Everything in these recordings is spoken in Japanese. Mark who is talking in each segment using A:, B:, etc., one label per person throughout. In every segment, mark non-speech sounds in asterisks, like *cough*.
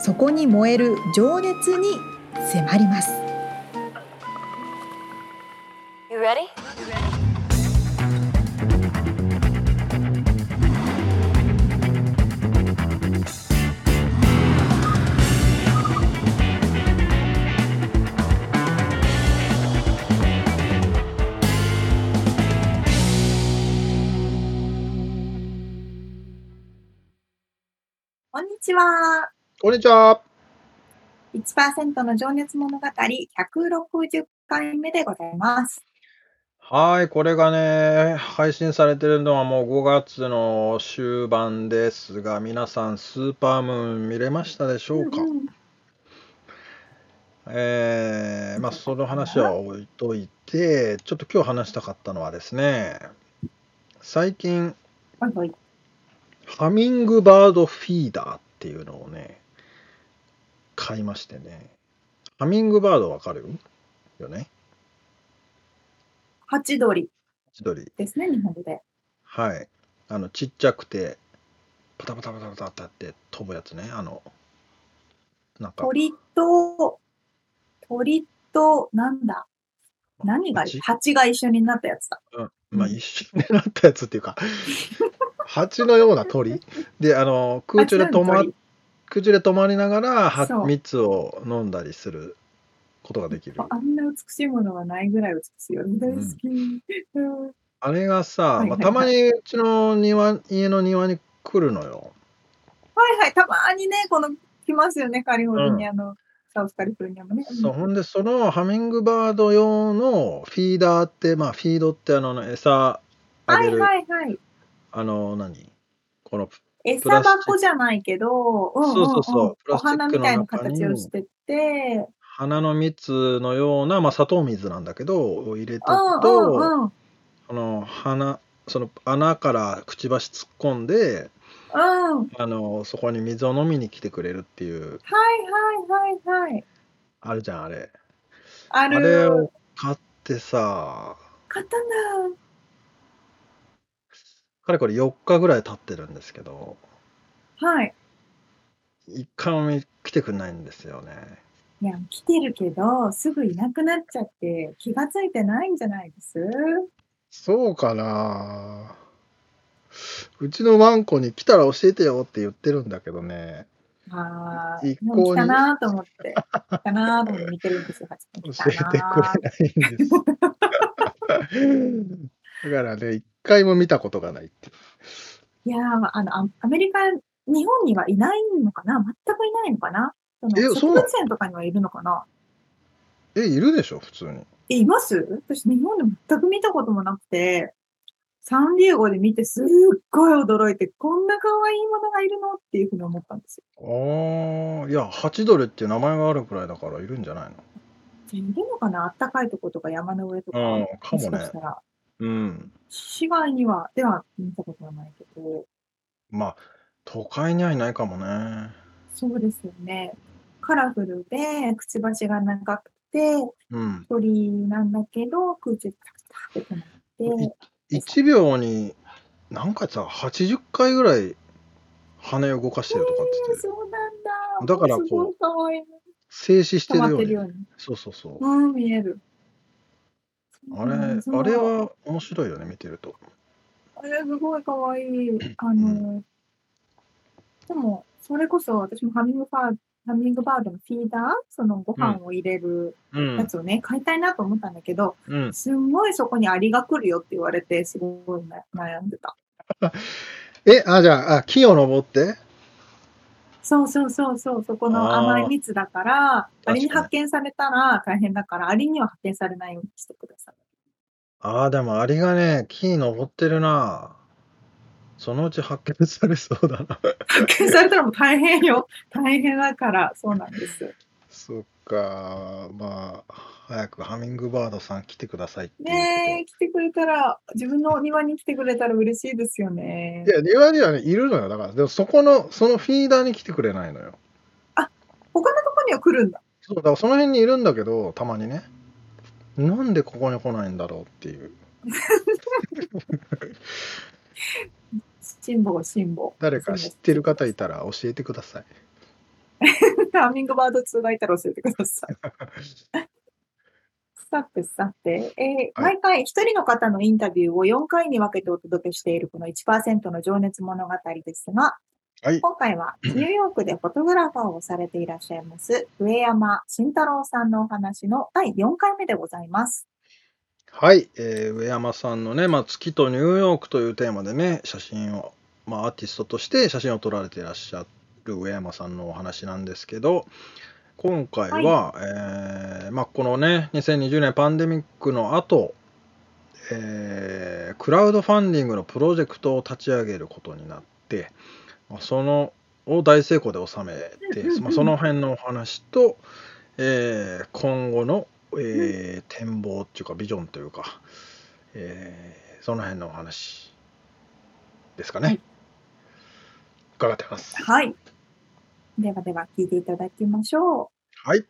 A: そこに燃える情熱に迫ります
B: You ready?
C: こんにちは。
D: こんにちは。
C: 1%の情熱物語160回目でございます。
D: はい、これがね、配信されてるのはもう5月の終盤ですが、皆さん、スーパームーン見れましたでしょうか、
C: んん
D: えー、まあ、その話は置いといて、ちょっと今日話したかったのはですね、最近、
C: はいはい
D: ハミングバードフィーダーっていうのをね、買いましてね。ハミングバードわかるよね
C: ハチドリ
D: 千鳥。
C: ですね、日本語で。
D: はい。あの、ちっちゃくて、パタパタパタパタパタって飛ぶやつね。あの、なんか、
C: 鳥と、鳥と、なんだ何が
D: 蜂
C: 蜂が一緒になったやつだ。
D: まあ、一瞬でなったやつっていうか、蜂のような鳥で、あの、空中で止ま、
C: 蜂の鳥
D: 空中で止まりながら、
C: そ
D: は
C: う
D: 蜜を飲んだりすることができる。
C: あんな美しいものはないぐらい美しいよ。大好き。うん
D: あれがさ、
C: はい
D: まあ、
C: はい
D: たまにうちの庭、家の庭に来るのよ。
C: はいはい、たまにね、この、来ますよね、カリフォルニアの、サウスカリフォルニアもね。
D: そうほんでそのハミングバード用のフィーダーってまあフィードってあの餌あ
C: は
D: げ
C: い
D: る、
C: はいはい。
D: あの何この
C: 餌
D: プラスチック
C: 箱じゃないけど、んんん
D: そうそうそうプ
C: お
D: ラスチックの
C: 花みたいな
D: 中に
C: 形をしてて、
D: 花の蜜のような、まあ、砂糖水なんだけどを入れておく
C: うんうん
D: と
C: うん。
D: あの花その穴からくちばし突っ込んで
C: うん。はい
D: あのそこに水を飲みに来てくれるっていう
C: はいはいはい。
D: あるじゃんあれ
C: あ
D: あれ
C: る。
D: を買ってさ
C: 買ったんだ。
D: かれこれ4日ぐらい経ってるんですけど
C: はい。
D: 一回も見来てくれないんですよね
C: いや、来てるけど、すぐいなくなっちゃって、気がついてないんじゃないです
D: そうかなうちのワンコに来たら教えてよって言ってるんだけどね
C: ああ、
D: 一
C: もう
D: 向
C: 来
D: に
C: たなーと思って、来たなーと思って見てるんですよ、初め
D: 教
C: て来た *laughs*
D: えてくれ
C: なー
D: ない *laughs* んです。だからね、一回も見たことがないって。
C: いやー、あの、アアメリカ、日本にはいないのかな全くいないのかなその
D: え
C: 植
D: そう
C: 物園とかにはいるのかな
D: え、いるでしょ、普通に。
C: え、います私、日本で全く見たこともなくて、サンディエゴで見てすっごい驚いて、こんな可愛いものがいるのっていうふうに思ったんですよ。
D: ああ、いや、ハチドリっていう名前があるくらいだからいるんじゃないの
C: いるのかなあったかいとことか山の上とか。
D: うんかも
C: しか
D: ね
C: した。ら、
D: うん。
C: 市外には、では見たことはないけど、
D: まあ、都会にはいないかもね。
C: そうですよね。カラフルで、くちばしが長くて、
D: うん。
C: 鳥なんだけど、空中でタクタクってなって、
D: 1秒に、なんかさ、80回ぐらい羽を動かしてるとかって
C: え
D: 言
C: ー
D: って、
C: そうなんだ。
D: だからこう
C: すごい可愛い。
D: 静止して
C: 止
D: るよう
C: まって
D: に
C: る。ように。
D: そうそうそう。
C: うん、見える。
D: あれ、あれは面白いよね、見てると。
C: あれすごい可愛い。あの、でも、それこそ私もハミングバーハミングバードのフィーダー、そのご飯を入れる
D: う
C: や
D: ん。
C: つをね、買いたいなと思ったんだけど、
D: うん。
C: すんごいそこにアリが来るよって言われて、すごいな悩んでた。
D: え、あ、じゃあ、あ木を登って
C: そうそうそうそう、そこの
D: あー
C: 甘い蜜だから、
D: 確か
C: ア
D: に
C: リに発見されたら大変だから、アリには発見されないようにしてください。
D: *laughs* ああ、でもアリがね、木に登ってるな。そのうち発見されそうだな。 *laughs*
C: 発見されたらもう大変よ。大変だから、そうなんです。
D: そっか、まあ、早くハミングバードさん来てくださいっていうこと。
C: ねえ、来てくれたら、自分のお庭に来てくれたら嬉しいですよね
D: い。や、庭にはね、いるのよ。だから、でもそこの、そのフィーダーに来てくれないのよ。
C: 他のとこには来るんだ。
D: そう、だからその辺にいるんだけど、たまにね。なんでここに来ないんだろうっていう。
C: 辛抱、辛抱。
D: 誰か知ってる方いたら教えてください。
C: *laughs* ハミングバード2がいたら教えてください。さてさて、えー
D: は
C: 毎回一人の方のインタビューを4回に分けてお届けしているこの1%の情熱物語ですが、
D: はい。
C: 今回はニューヨークでフォトグラファーをされていらっしゃいます、上山慎太郎さんのお話の第4回目でございます。
D: はい、えー上山さんのね、まあ、月とニューヨークというテーマでね、写真を、まあ、アーティストとして写真を撮られていらっしゃる上山さんのお話なんですけど、今回は、えーまあ、このね、2020年パンデミックの後、えークラウドファンディングのプロジェクトを立ち上げることになって、まあ、そのを大成功で収め
C: うんうんう
D: て、
C: ん
D: まあ、その辺のお話と、えー今後の、えー展望っていうかビジョンというか、えーその辺のお話ですかね、
C: はい
D: 伺ってます
C: はい。ではでは聞いていただきましょう。
D: はい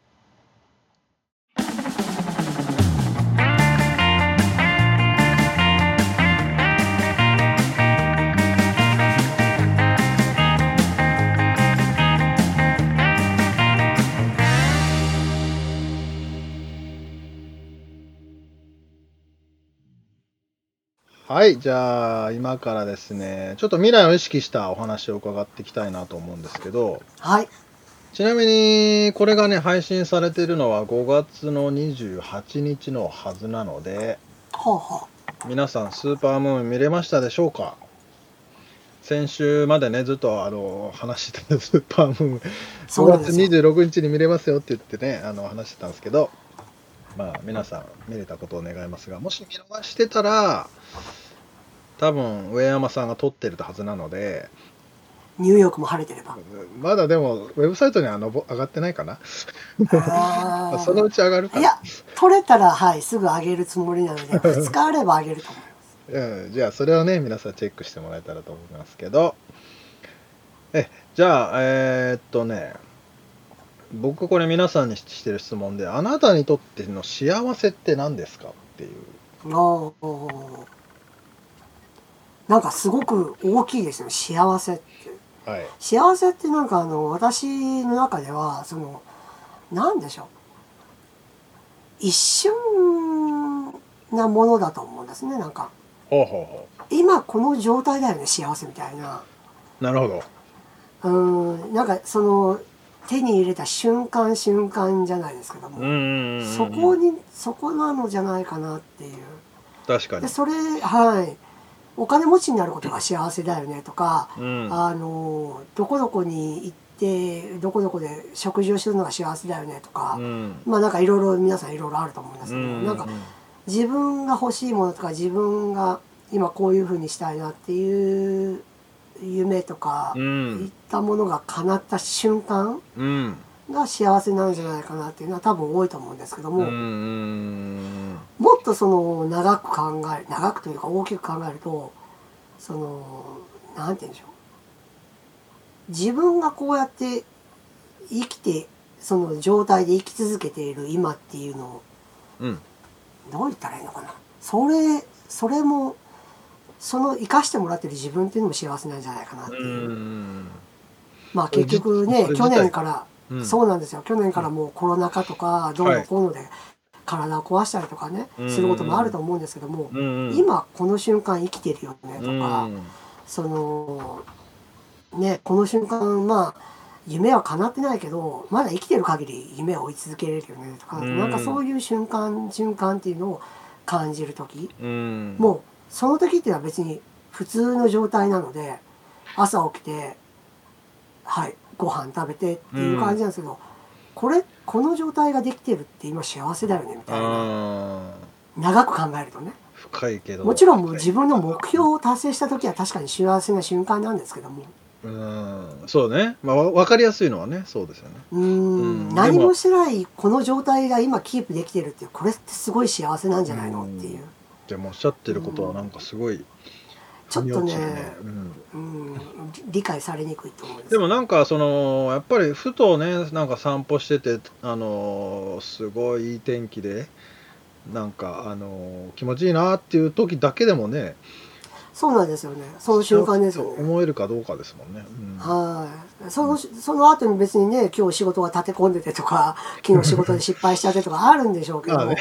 D: はい、じゃあ今からですね、ちょっと未来を意識したお話を伺っていきたいなと思うんですけど、
B: はい。
D: ちなみに、これがね、配信されているのは5月の28日のはずなので、
B: はあ、は
D: 皆さん、スーパームーン見れましたでしょうか先週までね、ずっとあの話してたスーパームーン、
B: あ、そうな
D: 5
B: んで
D: 月
B: すよ。
D: 26日に見れますよって言ってね、あの話してたんですけど、まあ、皆さん、見れたことを願いますが、もし見逃してたら、多分上山さんが撮ってるはずなので、
B: ニューヨークも晴れてれば。
D: まだでも、ウェブサイトにはのぼ上がってないかな、
B: あー
D: そのうち上がるか
B: い
D: ら。
B: や、取れたら、はい、すぐ上げるつもりなので、2日あ
D: *laughs*
B: れば上げると思う。
D: うん、じゃあそれをね皆さんチェックしてもらえたらと思いますけどえじゃあえーっとね僕これ皆さんにしてる質問で「あなたにとっての幸せって何ですか?」っていう
B: おーなんかすごく大きいですね幸せって
D: はい
B: 幸せってなんかあの私の中ではそのなんでしょう一瞬なものだと思うんですねなんか
D: ほうほうほ
B: 今この状態だよね幸せみたいな
D: うなるほど
B: うーんなんかその手に入れた瞬間瞬間じゃないですけど
D: うん
B: も、
D: うんうんうん
B: そこにそこなのじゃないかなっていう
D: 確かに
B: でそれはいお金持ちになることが幸せだよねとか、
D: うん
B: あのどこどこに行ってどこどこで食事をするのが幸せだよねとか
D: う、ん
B: まあなんかいろいろ皆さんいろいろあると思うんです
D: う
B: けど、
D: ん
B: なんか自分が欲しいものとか自分が今こういうふうにしたいなっていう夢とか、
D: う
B: いっ
D: ん
B: たものが叶った瞬間
D: うん
B: が幸せなんじゃないかなっていうのは多分多いと思うんですけど
D: う
B: も、
D: んうん
B: もっとその長く考え長くというか大きく考えるとそのなんて言うんでしょう自分がこうやって生きてその状態で生き続けている今っていうのを
D: うん
B: どう言ったらいいのかなそれそれもその生かしてもらってる自分っていうのも幸せなんじゃないかなって
D: う
B: いう、
D: ん
B: まあ結局
D: そ
B: ね
D: れ自
B: 去
D: 体
B: 年から
D: うん
B: そうなんですよ去年からもうコロナ禍とかどうのこうので体を壊したりとかね、
D: うん
B: することもあると思うんですけども、
D: うんうん
B: 今この瞬間生きてるよねとか、
D: うん
B: そのねこの瞬間まあ夢は叶ってないけどまだ生きてる限り夢を追い続けれるよねとか、
D: うん
B: なんかそういう瞬間瞬間っていうのを感じる時
D: うん
B: もうその時っていうのは別に普通の状態なので朝起きてはいご飯食べてっていう感じなんですけど、これこの状態ができてるって今幸せだよねみたいな
D: あー
B: 長く考えるとね。
D: 深いけど
B: もちろんもう自分の目標を達成した時は確かに幸せな瞬間なんですけども
D: 分うんそうね、まあ、わ分かりやすいのはねそうですよね
B: うーん
D: うん
B: 何もしないこの状態が今キープできてるっていうこれってすごい幸せなんじゃないのっていう
D: でもおっしゃってることはなんかすごい
B: ちょっ
D: 腑に
B: と
D: 落
B: ね
D: ちるうん
B: うん理解されにくいと思うんです
D: でもなんかそのやっぱりふとねなんか散歩しててあのーすごいいい天気でなんかあのー気持ちいいなっていう時だけでもね
B: そうなんですよねその瞬間ですよね
D: 思えるかどうかですもんね、うん
B: はいそのその後に別にね今日仕事が立て込んでてと
D: *laughs*
B: か昨日仕事で失敗しちゃってとかあるんでしょうけ
D: まあ
B: ど
D: ね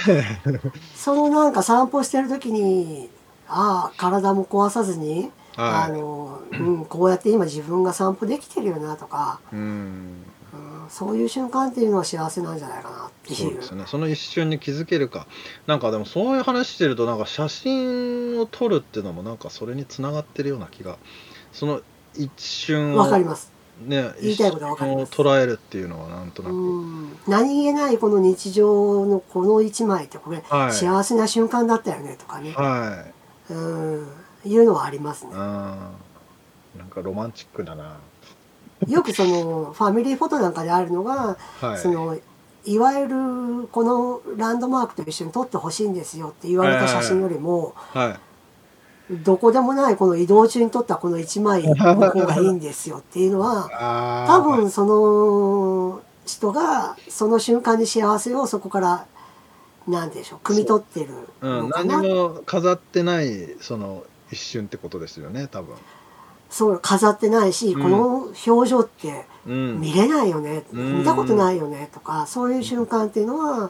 B: そのなんか散歩してる時にああ体も壊さずに、
D: は
B: あのうん、こうやって今自分が散歩できてるよなとか、
D: いうん
B: うん、そういう瞬間っていうのは幸せなんじゃないかなってい
D: そう
B: う
D: ですねその一瞬に気づけるかなんかでもそういう話してるとなんか写真を撮るっていうのもなんかそれにつながってるような気がその一瞬
B: わかり
D: を
B: ます、
D: ね
B: 言い
D: 一
B: たい
D: 瞬
B: ことはわかりま
D: を
B: す
D: 捉えるっていうのはなんとな
B: う
D: く、
B: ん、何気ないこの日常のこの一枚ってこれ、
D: はい
B: 幸せな瞬間だったよねとかね、
D: はい
B: うん、いうのはありますね
D: あーなんかロマンチックだな。
B: よくそのファミリーフォトなんかであるのが、
D: はい。
B: そのいわゆるこのランドマークと一緒に撮ってほしいんですよって言われた写真よりも、
D: はい。
B: どこでもないこの移動中に撮ったこの1枚
D: *laughs*
B: の方がいいんですよっていうのは
D: あ
B: 多分その人がその瞬間に幸せをそこから何でしょう汲み取ってる
D: う
B: の
D: ん、
B: か
D: 何
B: な、
D: も飾ってない、その一瞬ってことですよね、多分。
B: そう飾ってないし、
D: うん
B: この表情って
D: うん。
B: 見れないよね、
D: うん
B: 見たことないよねとかそういう瞬間っていうのは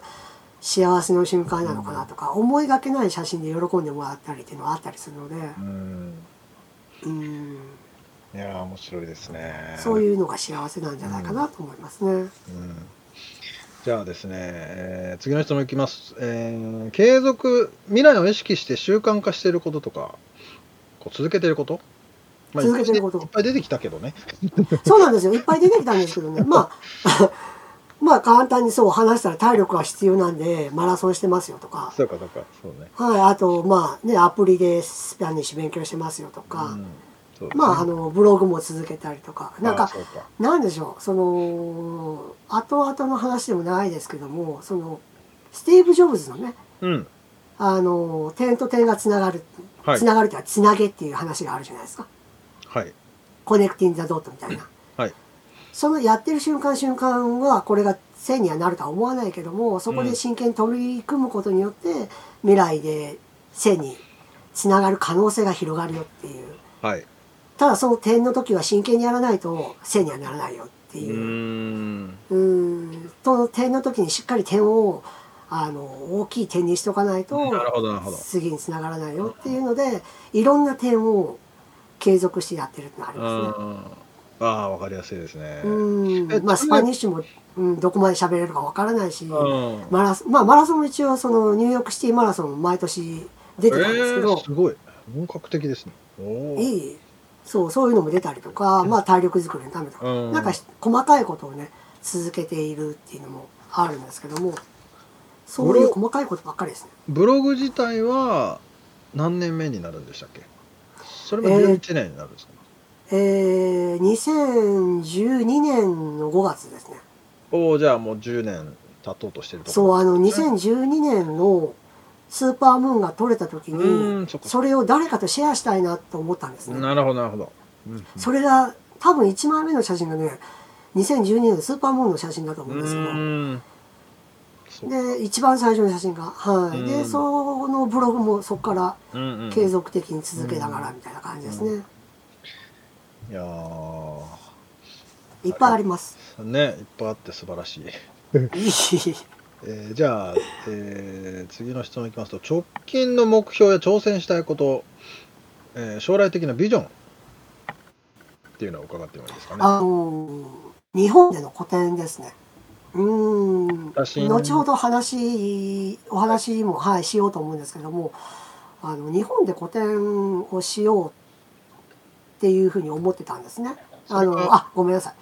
B: 幸せの瞬間なのかなとか、思いがけない写真で喜んでもらったりっていうのはあったりするので、
D: うん。
B: うん、
D: いやー、面白いですね。
B: そう
D: う。
B: いうのが幸せなんじゃないかなと思いますね。
D: ん、じゃあですね、えー次の質問いきます、えー継続、未来を意識して習慣化していることとか、こう続けていること、ま
B: 続けてること
D: いっぱい出てきたけどね。
B: そうなんですよ。いっぱい出てきたんですけどね。まあ、 *laughs* まあ簡単にそう話したら体力が必要なんでマラソンしてますよとか。
D: そうか、そうか、そうね。
B: はい、あと、まあね、アプリでスパニッシュ勉強してますよと
D: う
B: か、
D: んそうですね
B: まあ、あの、ブログも続けたりとか、なん
D: あ
B: か
D: そ、うか
B: なんでしょう、その、後々の話でもないですけども、その、スティーブ・ジョブズのね、
D: うん、
B: あの、点と点がつながる、
D: はい
B: つ、ながるというのはつなげっていう話があるじゃないですか。
D: はい、
B: コネクティング・ザ・ドットみたいな。
D: はい。
B: そのやってる瞬間瞬間はこれが線にはなるとは思わないけどもそこで真剣に取り組むことによって未来で線につながる可能性が広がるよっていう
D: はい。
B: ただその点の時は真剣にやらないと線にはならないよって
D: うー
B: いう。
D: ん
B: うーんと点の時にしっかり点をあの大きい点にしておかないと
D: なるほどなるほど
B: 次につながらないよっていうのでいろんな点を継続してやってるってのがありますね。
D: あーあーわかりやすいですね
B: う
D: え
B: んまあ、
D: ち
B: ス
D: な
B: パ
D: み
B: ニッシュも、うん、どこまで喋れるかわからないし、
D: うん
B: マラソンまあ、マラソンも一応そのニューヨークシティマラソンも毎年
D: え
B: 出てたんですけ
D: ー
B: ど
D: す、ごい本格的ですねおお
B: いいそうそういうのも出たりとか、まあ、体力作りのためとか、
D: うん
B: なんかし細かいことをね続けているっていうのもあるんですけどもそういう細かいことばっかりですね。
D: ブログ自体は何年目になるんでしたっけそれも
B: えー
D: 11年になるんですか、
B: えー、2012年の5月ですね。
D: おおじゃあもう10年経とうとしてるとこ
B: そうあの2012年のスーパームーンが取れた時
D: う
B: に、
D: ーんそっか
B: それを誰かとシェアしたいなと思ったんですね。
D: なるほどなるほど、うん
B: それが多分1枚目の写真がね2012年のスーパームーンの写真だと
D: う
B: 思うんですけど、
D: ーんそう
B: で一番最初の写真がはい、
D: う
B: で
D: ん
B: そのブログもそこか
D: うんうん
B: ら継続的に続けながらみたいな感じですね、
D: ういやー
B: いっぱいあります、
D: ねいっぱいあって素晴らしい
B: いい
D: えーじゃあ、えー次の質問いきますと直近の目標や挑戦したいこと、えー将来的なビジョンっていうのを伺ってもいいですかね。
B: あの日本での個展ですねう
D: 私
B: ーん後ほど話お話も、はい、しようと思うんですけどもあの日本で個展をしようっていうふうに思ってたんですね。あ
D: それ
B: の
D: は
B: あごめんなさ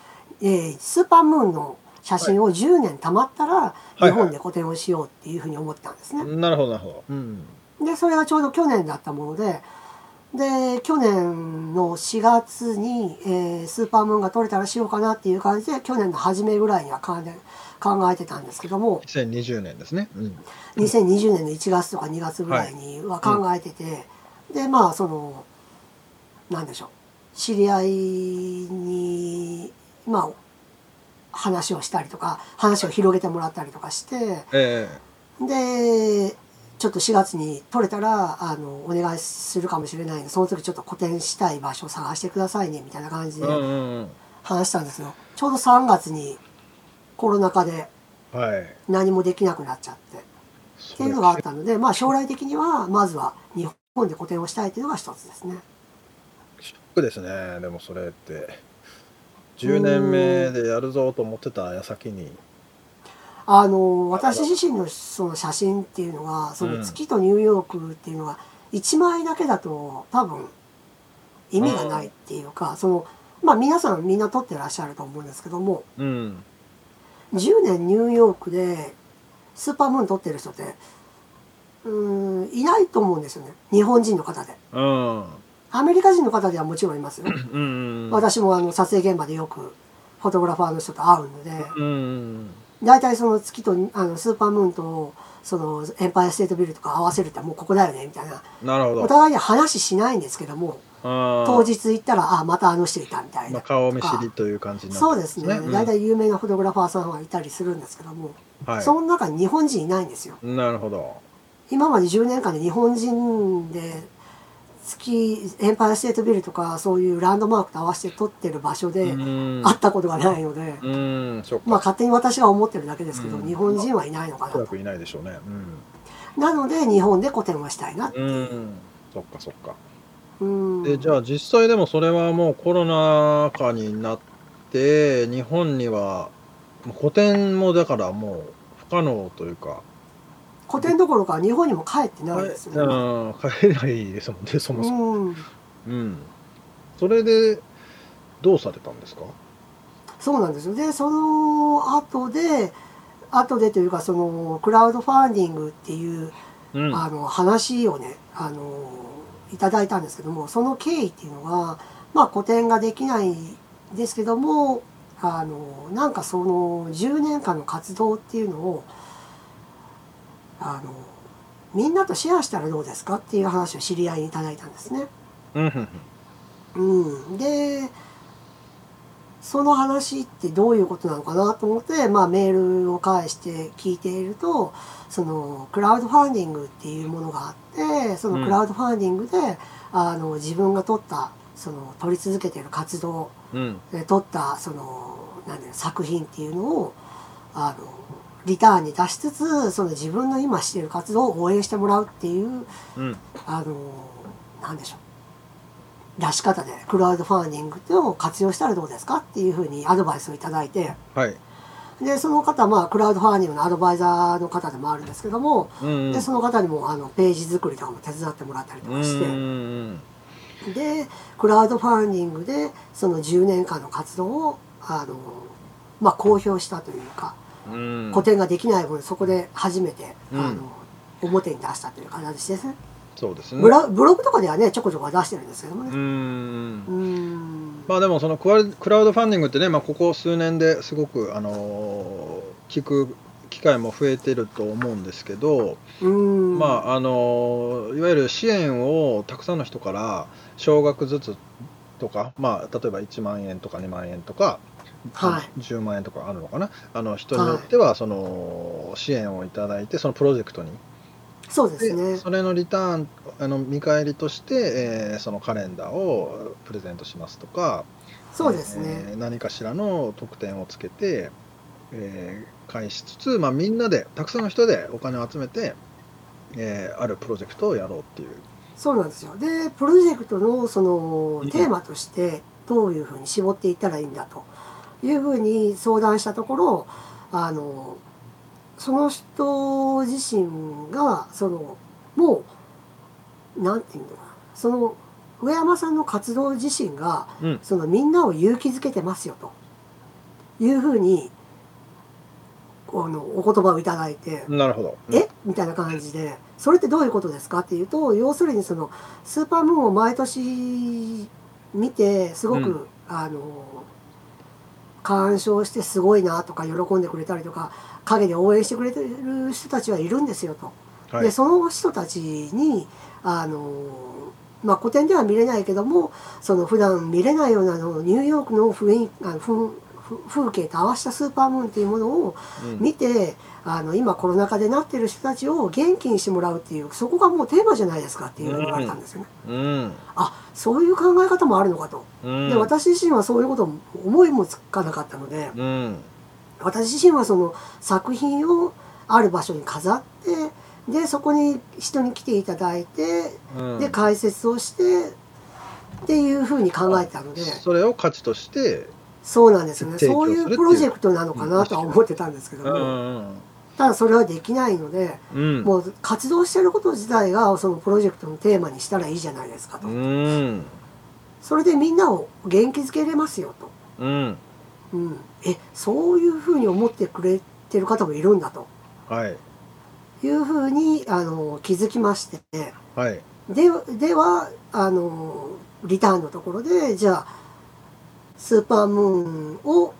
B: い、えースーパームーンの写真を10年たまったら
D: いは
B: 日
D: い
B: 本で個展をしようっていうふうに思ってたんですね。
D: なるほどなるほど。うん
B: でそれがちょうど去年だったものでで、去年の4月に、えースーパームーンが取れたらしようかなっていう感じで、去年の初めぐらいには考え考えてたんですけども、
D: 2020年ですね。うん。
B: 2020年の1月とか2月ぐらいには考えてて、でまあそのなんでしょう知り合いにまあ話をしたりとか話を広げてもらったりとかして
D: え
B: でちょっと4月に取れたらあのお願いするかもしれないんでその時ちょっと個展したい場所を探してくださいねみたいな感じ
D: え
B: で
D: うんうん
B: 話したんですよ、ちょうど3月にコロナ禍で
D: うん。はい。
B: 何もできなくなっちゃって。っ
D: そ
B: ていうのがあったので、まあ、将来的にはまずは日本で個展をしたいというのが一つですね。
D: ショックですね。でもそれって。10年目でやるぞと思ってた矢先に。
B: あの私自身のその写真っていうのがその月とニューヨークっていうのが1枚だけだと多分意味がないっていうか、そのまあ、皆さんみんな撮ってらっしゃると思うんですけども
D: うん。
B: 10年ニューヨークでスーパームーン撮ってる人ってうーんいないと思うんですよね日本人の方で。
D: うん。うん
B: アメリカ人の方ではもちろんいますよ。
D: うん。
B: 私もあの撮影現場でよくフォトグラファーの人と会うので
D: うんうん。
B: 大体その月とあのスーパームーンとそのエンパイアステートビルとか合わせるってもうここだよねみたいな
D: なるほ
B: お
D: ど。
B: 互いに話しないんですけども
D: 当
B: 当。日行ったらあまたあの人いたみたい
D: まあ、
B: な
D: 顔見知りという感じにな
B: そ
D: っ
B: う
D: て
B: ですね
D: うん
B: 大体有名なフォトグラファーさんはいたりするんですけども
D: はい。
B: その中に日本人いないんですよ
D: なるほど。
B: 今まで10年間で日本人で月エンパイアステートビルとかそういうランドマークと合わせて撮ってる場所
D: う
B: で
D: ん。
B: 会ったことがないので。
D: うん、そっか。
B: まあ、勝手に私が思ってるだけですけど、
D: うん
B: 日本人はいないのか
D: おそ
B: な
D: ら
B: と
D: くいないでしょうね。うん。
B: なので日本で個展をしたいな
D: うん。そっかそっか。
B: うん
D: で、じゃあ実際でもそれはもうコロナ禍になって、日本には、もう古典もだからもう不可能というか、
B: 個展どころか日本にも帰ってないですよね、
D: うん、帰れないですもんね、そもそも。
B: うん、
D: うん。それで、どうされたんですか
B: そうなんですよでその後で後でというかそのクラウドファンディングっていう、
D: うん。
B: あの話をねあのいただいたんですけどもその経緯っていうのがまあ個展ができないんですけどもあのなんかその10年間の活動っていうのをあのみんなとシェアしたらどうですかっていう話を知り合いにいただいたんですね。
D: うんうん
B: うん、でその話ってどういうことなのかなと思って、まあ、メールを返して聞いているとそのクラウドファンディングっていうものがあってそのクラウドファンディングで、あの自分が取ったその取り続けている活動
D: うん。
B: で取ったそのなんていうの作品っていうのをあのリターンに出しつつその自分の今している活動を応援してもらうっていう
D: うん。
B: あのなんでしょう出し方でクラウドファンディングっていうのを活用したらどうですかっていうふうにアドバイスをいただいて
D: はい。
B: でその方はまあクラウドファンディングのアドバイザーの方でもあるんですけども、
D: うん。
B: でその方にもあのページ作りとかも手伝ってもらったりと
D: うん
B: かして、
D: うん。
B: でクラウドファンディングでその10年間の活動をあの、まあ、公表したというか、
D: うん。
B: 個展ができない分そこで初めて、
D: うん
B: あの表に出したという形ですね、
D: そうですね。
B: ブラブログとかではねちょこちょこは出してるんですけどもね、
D: うん
B: う。ん
D: まあでもそのクワクラウドファンディングってね、まあ、ここ数年ですごく、あのー聞く機会も増えてると思うんですけど、
B: うん
D: まああのーいわゆる支援をたくさんの人から少額ずつとか、まあ、例えば1万円とか2万円とか、
B: はい
D: 10万円とかあるのかなあの人によってはその支援をいただいてそのプロジェクトに
B: そうです
D: で
B: ね
D: それのリターンあの見返りとして、えーそのカレンダーをプレゼントしますとか。
B: そうですね、
D: えー何かしらの特典をつけて、えー返しつつ、まあ、みんなでたくさんの人でお金を集めて、えーあるプロジェクトをやろうっていう
B: そうなんですよでプロジェクトのその
D: うん
B: テーマとしてどういうふうに絞っていったらいいんだというふうに相談したところあのその人自身がそのもうなんていうのかなその上山さんの活動自身が、
D: うん
B: そのみんなを勇気づけてますよというふうにあのお言葉をいただいて、
D: なるほど
B: えみたいな感じでそれってどういうことですかっていうと要するにそのスーパームーンを毎年見てすごく、
D: うん
B: あの鑑賞してすごいなとか喜んでくれたりとか陰で応援してくれてる人たちはいるんですよと。
D: はい
B: でその人たちにあの、まあ、古典では見れないけどもその普段見れないようなあのニューヨークの雰囲あのふんふ風景と合わせたスーパームーンっていうものを
D: うん
B: 見てあの今コロナ禍でなってる人たちを元気にしてもらうっていうそこがもうテーマじゃないですかっていうふうに言われたんですよね。
D: うん
B: あそういう考え方もあるのかと。
D: うん
B: で私自身はそういうことも思いもつかなかったので。
D: うん
B: 私自身はその作品をある場所に飾ってでそこに人に来ていただいて
D: うん
B: で解説をしてっていうふうに考えたので
D: それを価値として
B: そうなんですよね
D: 提供す
B: そう
D: るってい
B: い
D: う
B: うプロジェクトなのかなとは思ってたんですけど
D: う
B: も
D: ん
B: ただそれはできないので
D: うん
B: もう活動してること自体がそのプロジェクトのテーマにしたらいいじゃないですかと
D: うん
B: それでみんなを元気づけれますよと、
D: うん
B: うん、えそういうふうに思ってくれてる方もいるんだと。
D: はい
B: いうふうにあの気づきまして
D: はい
B: でではあのリターンのところでじゃあスーパームーンを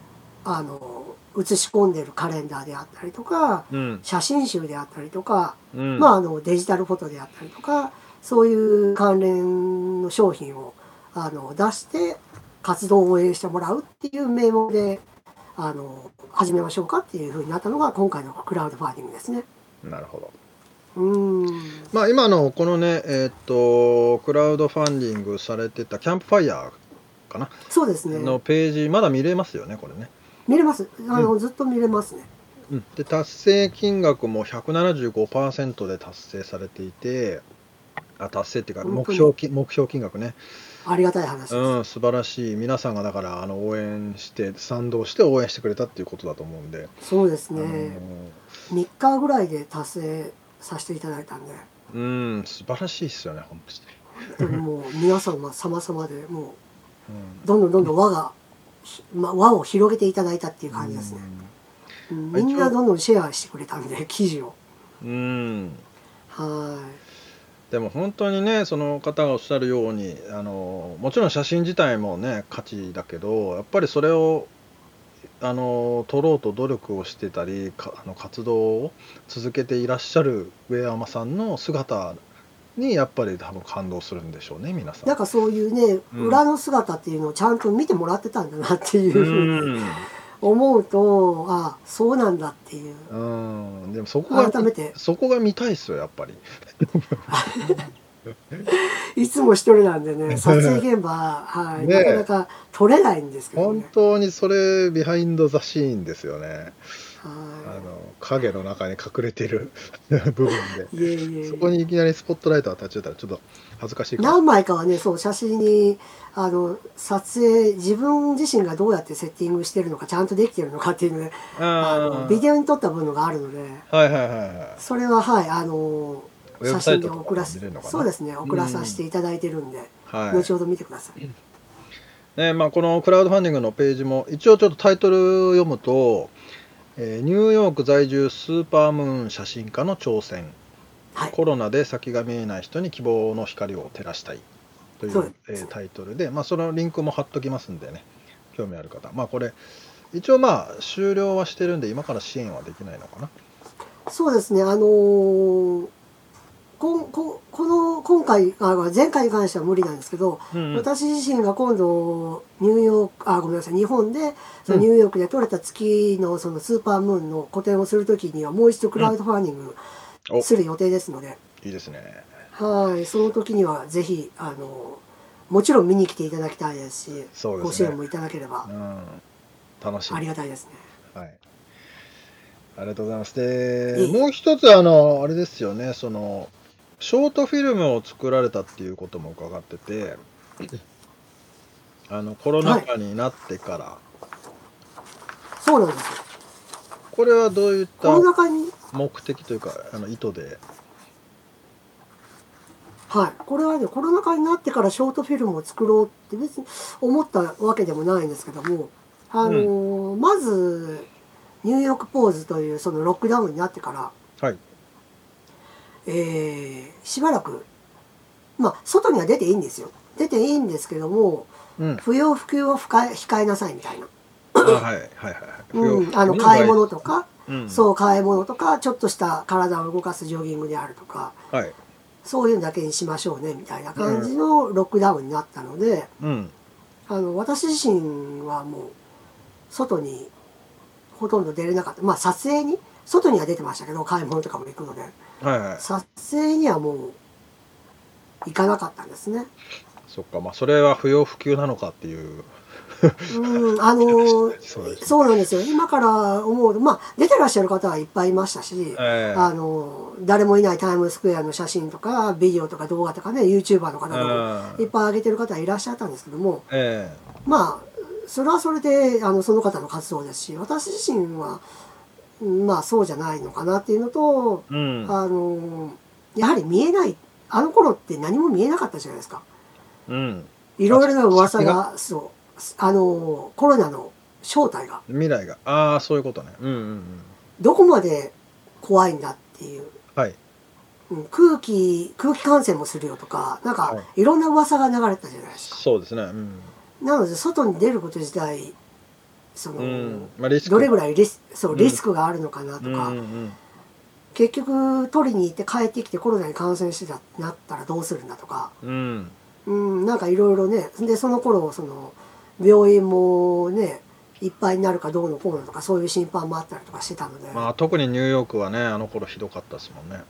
B: あの写し込んでるカレンダーであったりとか
D: うん
B: 写真集であったりとか、
D: うん
B: まあ、あのデジタルフォトであったりとかそういう関連の商品をあの出して活動を応援してもらうっていう名目であの始めましょうかっていうふうになったのが今回のクラウドファンディングですね。
D: なるほど
B: うーん
D: まあ、今のこのね、えーっと、クラウドファンディングされてたキャンプファイヤーかな、
B: そうですね。
D: のページ、まだ見れますよね、これね。
B: 見れます。あの、ずっと見れますね。
D: うん、で、達成金額も175%で達成されていて、あ達成っていうか
B: 本当
D: 目
B: に
D: 標金、目標金額ね、
B: ありがたい話です。
D: うん、素晴らしい、皆さんがだからあの応援して、賛同して応援してくれたっていうことだと思うんで、
B: そうです
D: あ
B: ね。
D: の
B: 3日ぐらいで達成させていただいたんで、
D: うん、素晴らしいですよね、本当
B: 本当にもう皆様様々で、も
D: に。
B: うどんどんどんどん輪が、ひま、輪を広げていただいたっていう
D: うん、
B: 感じですね。うん
D: はい
B: みんなどんどんシェアしてくれたんで、記事を。
D: うん。うん
B: は
D: でも本当にねその方がおっしゃるようにあのもちろん写真自体もね価値だけどやっぱりそれをあの撮ろうと努力をしてたりかあの活動を続けていらっしゃる上山さんの姿にやっぱり多分感動するんでしょうね皆さ
B: い。
D: ん。
B: なんかそういうね、
D: うん
B: 裏の姿っていうのをちゃんと見てもらってたんだなっていう
D: う
B: ふうに
D: ん
B: 思うと、あ、そうなんだっていう。
D: うん、でもそこが
B: 改めて、
D: そこが見たいっすよやっぱり。
B: いつも一人なん
D: *laughs*
B: でね、撮影現場、はい、
D: ねえ
B: なかなか撮れないんですけど
D: 本
B: ね。
D: 当にそれビハインド・ザ・シーンですよね。あ
B: は
D: の影の中に隠れてる *laughs* 部分で。
B: い。いえいえいえ
D: そこにいきなりスポットライトが立ち寄ったらちょっと恥ずかしいから。
B: 何枚かはね、そう、写真に、あの、撮影、自分自身がどうやってセッティングしてるのか、ちゃんとできてるのかっていうので、あのビデオに撮った部分があるので、
D: オ。はいはいはいは
B: それは、はい、あの、
D: ウェブ
B: 写
D: サイ
B: 真
D: ト
B: で
D: と
B: 送
D: からも見
B: せ
D: れるのかな
B: そうですね、送らさせていただいてるんで、
D: い。はい
B: 後ほど見てください。
D: ねまあ、このクラウドファンディングのページも一応ちょっとタイトルを読むと、えーニューヨーク在住スーパームーン写真家の挑戦、
B: はい
D: コロナで先が見えない人に希望の光を照らしたいとい
B: そううです
D: えータイトルで、まあ、そのリンクも貼っときますんでね興味ある方、まあ、これ一応まあ終了はしてるんで今から支援はできないのかな
B: そうですね、あのーこんここの今回あ前回に関しては無理なんですけど、
D: うんうん
B: 私自身が今度ニューヨークあごめんなさい日本でそ
D: うん
B: のニューヨークで取れた月のそのスーパームーンの個展をするときにはもう一度クラウドファンディン
D: うんお
B: グする予定ですので、
D: いいですね
B: はいその時にはぜひあのもちろん見に来ていただきたいですし
D: そうですね
B: ご支援もいただければ
D: うん楽しみ
B: ありがたいですね。
D: はい。ありがとうございます。で、
B: いえ
D: もう一つ、あの、あれですよね、その、ショートフィルムを作られたっていうことも伺って
B: *coughs*
D: て、あの、コロナ禍になってから、
B: そうなんですよ
D: これはどういっ
B: コロナ
D: た
B: 禍に
D: 目的というか、あの意図で、
B: はい、これはねコロナ禍になってからショートフィルムを作ろうって別に思ったわけでもないんですけども、あのーまずニューヨークポーズというそのロックダウンになってから
D: はい。
B: えーしばらく、まあ、外には出ていいんですよ。出ていいんですけども、 *coughs*
D: うん。
B: 不要不急はふか控えなさいみたいな。
D: あはいはいはいはい。
B: うん、あの、買い物とか、
D: うん。
B: そう、買い物とか、ちょっとした体を動かすジョギングであるとか、
D: はい。
B: そういうのだけにしましょうね、みたいな感じのロックダウンになったので、
D: うん。
B: あの、私自身はもう、外にほとんど出れなかった。まあ、撮影に、外には出てましたけど、買い物とかも行くので、
D: はいはい。
B: 撮影にはもう、行かなかったんですね。
D: そっか、まあ、それは不要不急なのかっていう。
B: うん、あの、
D: そうですね
B: そうなんですよ。今から思うと、まあ、出てらっしゃる方はいっぱいいましたし、
D: ええ
B: あの、誰もいないタイムズスクエアの写真とか、ビデオとか動画とかね、YouTuber の方とか
D: あ
B: いっぱい上げてる方いらっしゃったんですけども、
D: ええ
B: まあ、それはそれで、あの、その方の活動ですし、私自身は、うんまあ、そうじゃないのかなっていうのと、
D: うん。
B: あの、やはり見えない、あの頃って何も見えなかったじゃないですか。
D: うん。
B: いろいろな噂
D: 先
B: が、そう、あの、コロナの正体が、
D: 未来が。ああ、そういうことね。うんうんうん。
B: どこまで怖いんだっていう、
D: はい。
B: うん空気、空気感染もするよとか、なんか、
D: はい
B: ろんな噂が流れてたじゃないですか。
D: そうですね。うん。
B: なので、外に出ること自体、その、
D: うん。まあ、リスク。
B: どれぐらいリスそうう、
D: ん
B: リスクがあるのかなとか、
D: うんうんうん。
B: 結局、取りに行って帰ってきてコロナに感染してたってなったらどうするんだとか、
D: うん。
B: うん、なんかいろいろね、で、その頃、その、病院もね、いっぱいになるかどうのこうのとか、そういう心配もあったりとかしてたので、
D: まあ、特にニューヨークはね、あの頃ひどかったですもんね。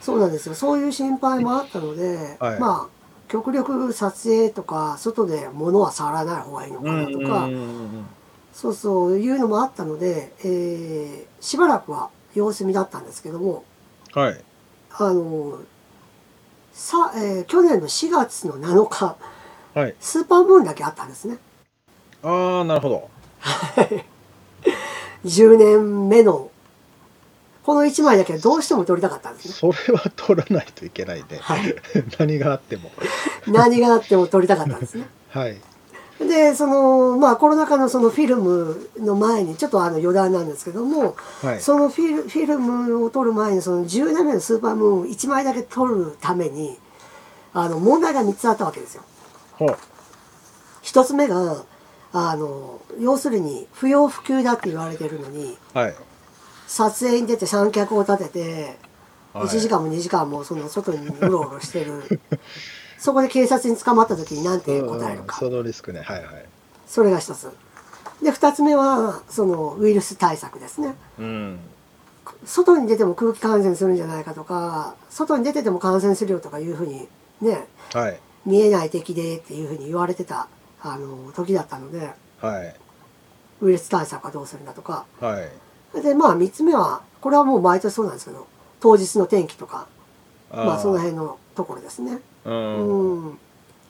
B: そうなんですよ。そういう心配もあったので、
D: はい
B: まあ、極力撮影とか、外で物は触らない方がいいのかなとか、
D: うんうんうん
B: そうそういうのもあったので、えーしばらくは様子見だったんですけども、
D: うん。はい。
B: あの、さ、えー去年の4月の7日、
D: はい。
B: スーパームーンだけあったんですね。
D: ああ、なるほど。
B: 10年目の、この1枚だけどうしても撮りたかったんですね。
D: それは取らないといけないね。
B: はい。
D: 何があっても。
B: 何があっても撮りたかったんですね。
D: はい。
B: でそのまあコロナ禍のそのフィルムの前にちょっとあの余談なんですけども、
D: はい。
B: そのフィルフィルムを撮る前にその17年のスーパームーンを1枚だけ撮るためにあの問題が3つあったわけですよ。
D: ほう。
B: 1つ目があの要するに不要不急だって言われてるのに
D: はい。
B: 撮影に出て三脚を立てて
D: はい
B: 1時間も2時間もその外にうろうろし
D: *laughs*
B: てるそこで警察に捕まった時に何て答えるか。
D: うんうんそのリスクね。はいはい。
B: それが一つ。で、二つ目は、その、ウイルス対策ですね。
D: うん。
B: 外に出ても空気感染するんじゃないかとか、外に出てても感染するよとかいうふうに、ね、
D: はい。
B: 見えない敵でっていうふうに言われてた、あの、時だったので、
D: はい。
B: ウイルス対策はどうするんだとか。
D: はい。
B: で、まあ、三つ目は、これはもう毎年そうなんですけど、当日の天気とか、
D: あー
B: まあ、その辺のところですね。
D: うん。
B: うん。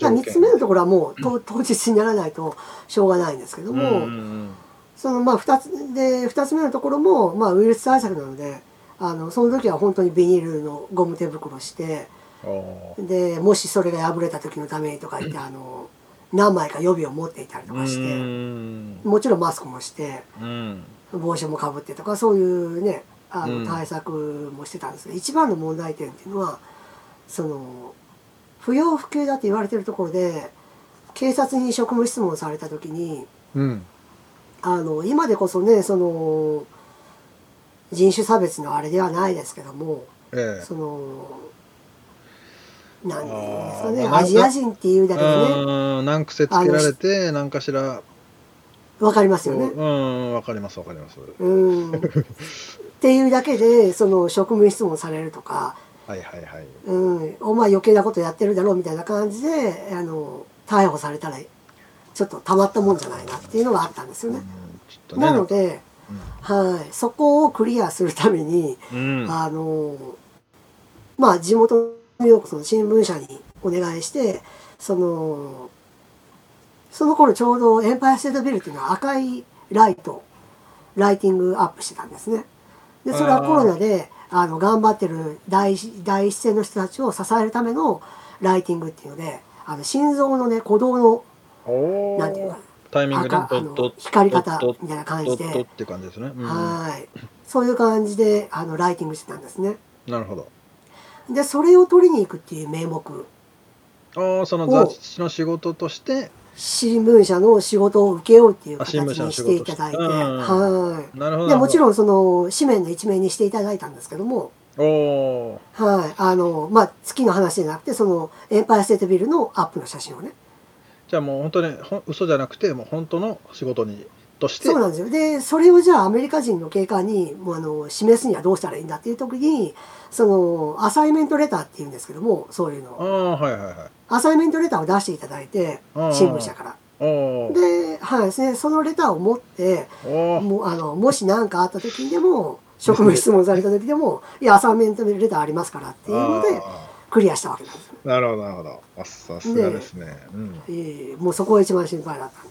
B: まあ、三つ目のところはもう、と当日にならないとしょうがないんですけども、
D: んん
B: そのまあ二つで二つ目のところもまあウイルス対策なのであのその時は本当にビニールのゴム手袋をして
D: うん、おー
B: でもしそれが破れた時のためにとか言ってあの何枚か予備を持っていたりとかし
D: う
B: て
D: ん
B: もちろんマスクもして
D: うん
B: 帽子もかぶってとかそういうねあ
D: うん
B: の対策もしてたんですけど一番の問題点っていうのはその不要不急だって言われてるところで警察に職務質問された時に
D: うん
B: あの今でこそねその人種差別のあれではないですけども
D: ええ
B: そのなんていうんです
D: あ
B: か
D: ー
B: ね
D: まあ
B: アジア人っていうだけでね
D: うん何癖つけられて何かしら
B: わかりますよね。
D: うんわかりますわかります *laughs*
B: うん、っていうだけでその職務質問されるとか、
D: はいはいはい
B: うん、お前余計なことやってるだろうみたいな感じであの逮捕されたらちょっとたまったもんじゃないなっていうのがあったんですよ
D: う
B: ね
D: ん。ちょっとね
B: なので、はい、そこをクリアするために
D: うんうん
B: あのまあ地元のよくその新聞社にお願いしてそのその頃ちょうどエンパイアステートビルっていうのは赤いライトライティングアップしてたんですねでそれはコロナであの頑張ってる第一第一線の人たちを支えるためのライティングっていうのであの心臓のね鼓動の
D: お
B: なんていう
D: ー
B: か
D: タイミングで
B: 赤
D: ド
B: あの
D: ッ
B: 光り方
D: ドッ
B: みたいな感
D: ド
B: じ
D: ッ
B: で
D: ドッって感じですねうん
B: はいそういう感じであのライティングしてたんですね
D: なるほど
B: でそれを取りに行くっていう名目
D: ああ、その雑誌の仕事として、
B: 新聞社の仕事を受けようっていう
D: あ
B: 形
D: 新聞社の
B: に
D: 仕
B: し
D: 事
B: て
D: を
B: いただいて、
D: うん
B: は
D: なるほ
B: い
D: ど。
B: でもち
D: ん。
B: ろんその紙面の一面にしていただいたんですけども、
D: おー
B: はいあのまあ、月の話じゃなくてそのエンパイアステートビルのアップの写真をね
D: じゃあもう本当にほん嘘じゃなくてもう本当の仕事にとして
B: そうなんですよでそれをじゃあアメリカ人の警官にもうあの示すにはどうしたらいいんだっていう時にそのアサイメントレターっていうんですけどもそういうの
D: あ
B: を
D: あはいはいはい
B: アサイメントレターを出していただいて
D: あー
B: 新聞社から。
D: おお
B: で,、はいですね、そのレターを持って
D: おー
B: もうあのもし何かあった時にでも職務質問された時でも「いやアサイメントレターありますから」っていうので
D: あ
B: クリアしたわけなんですよ、
D: ーなるほどなるほどあさすがですねうん
B: えーもうそこが一番心配だったんだ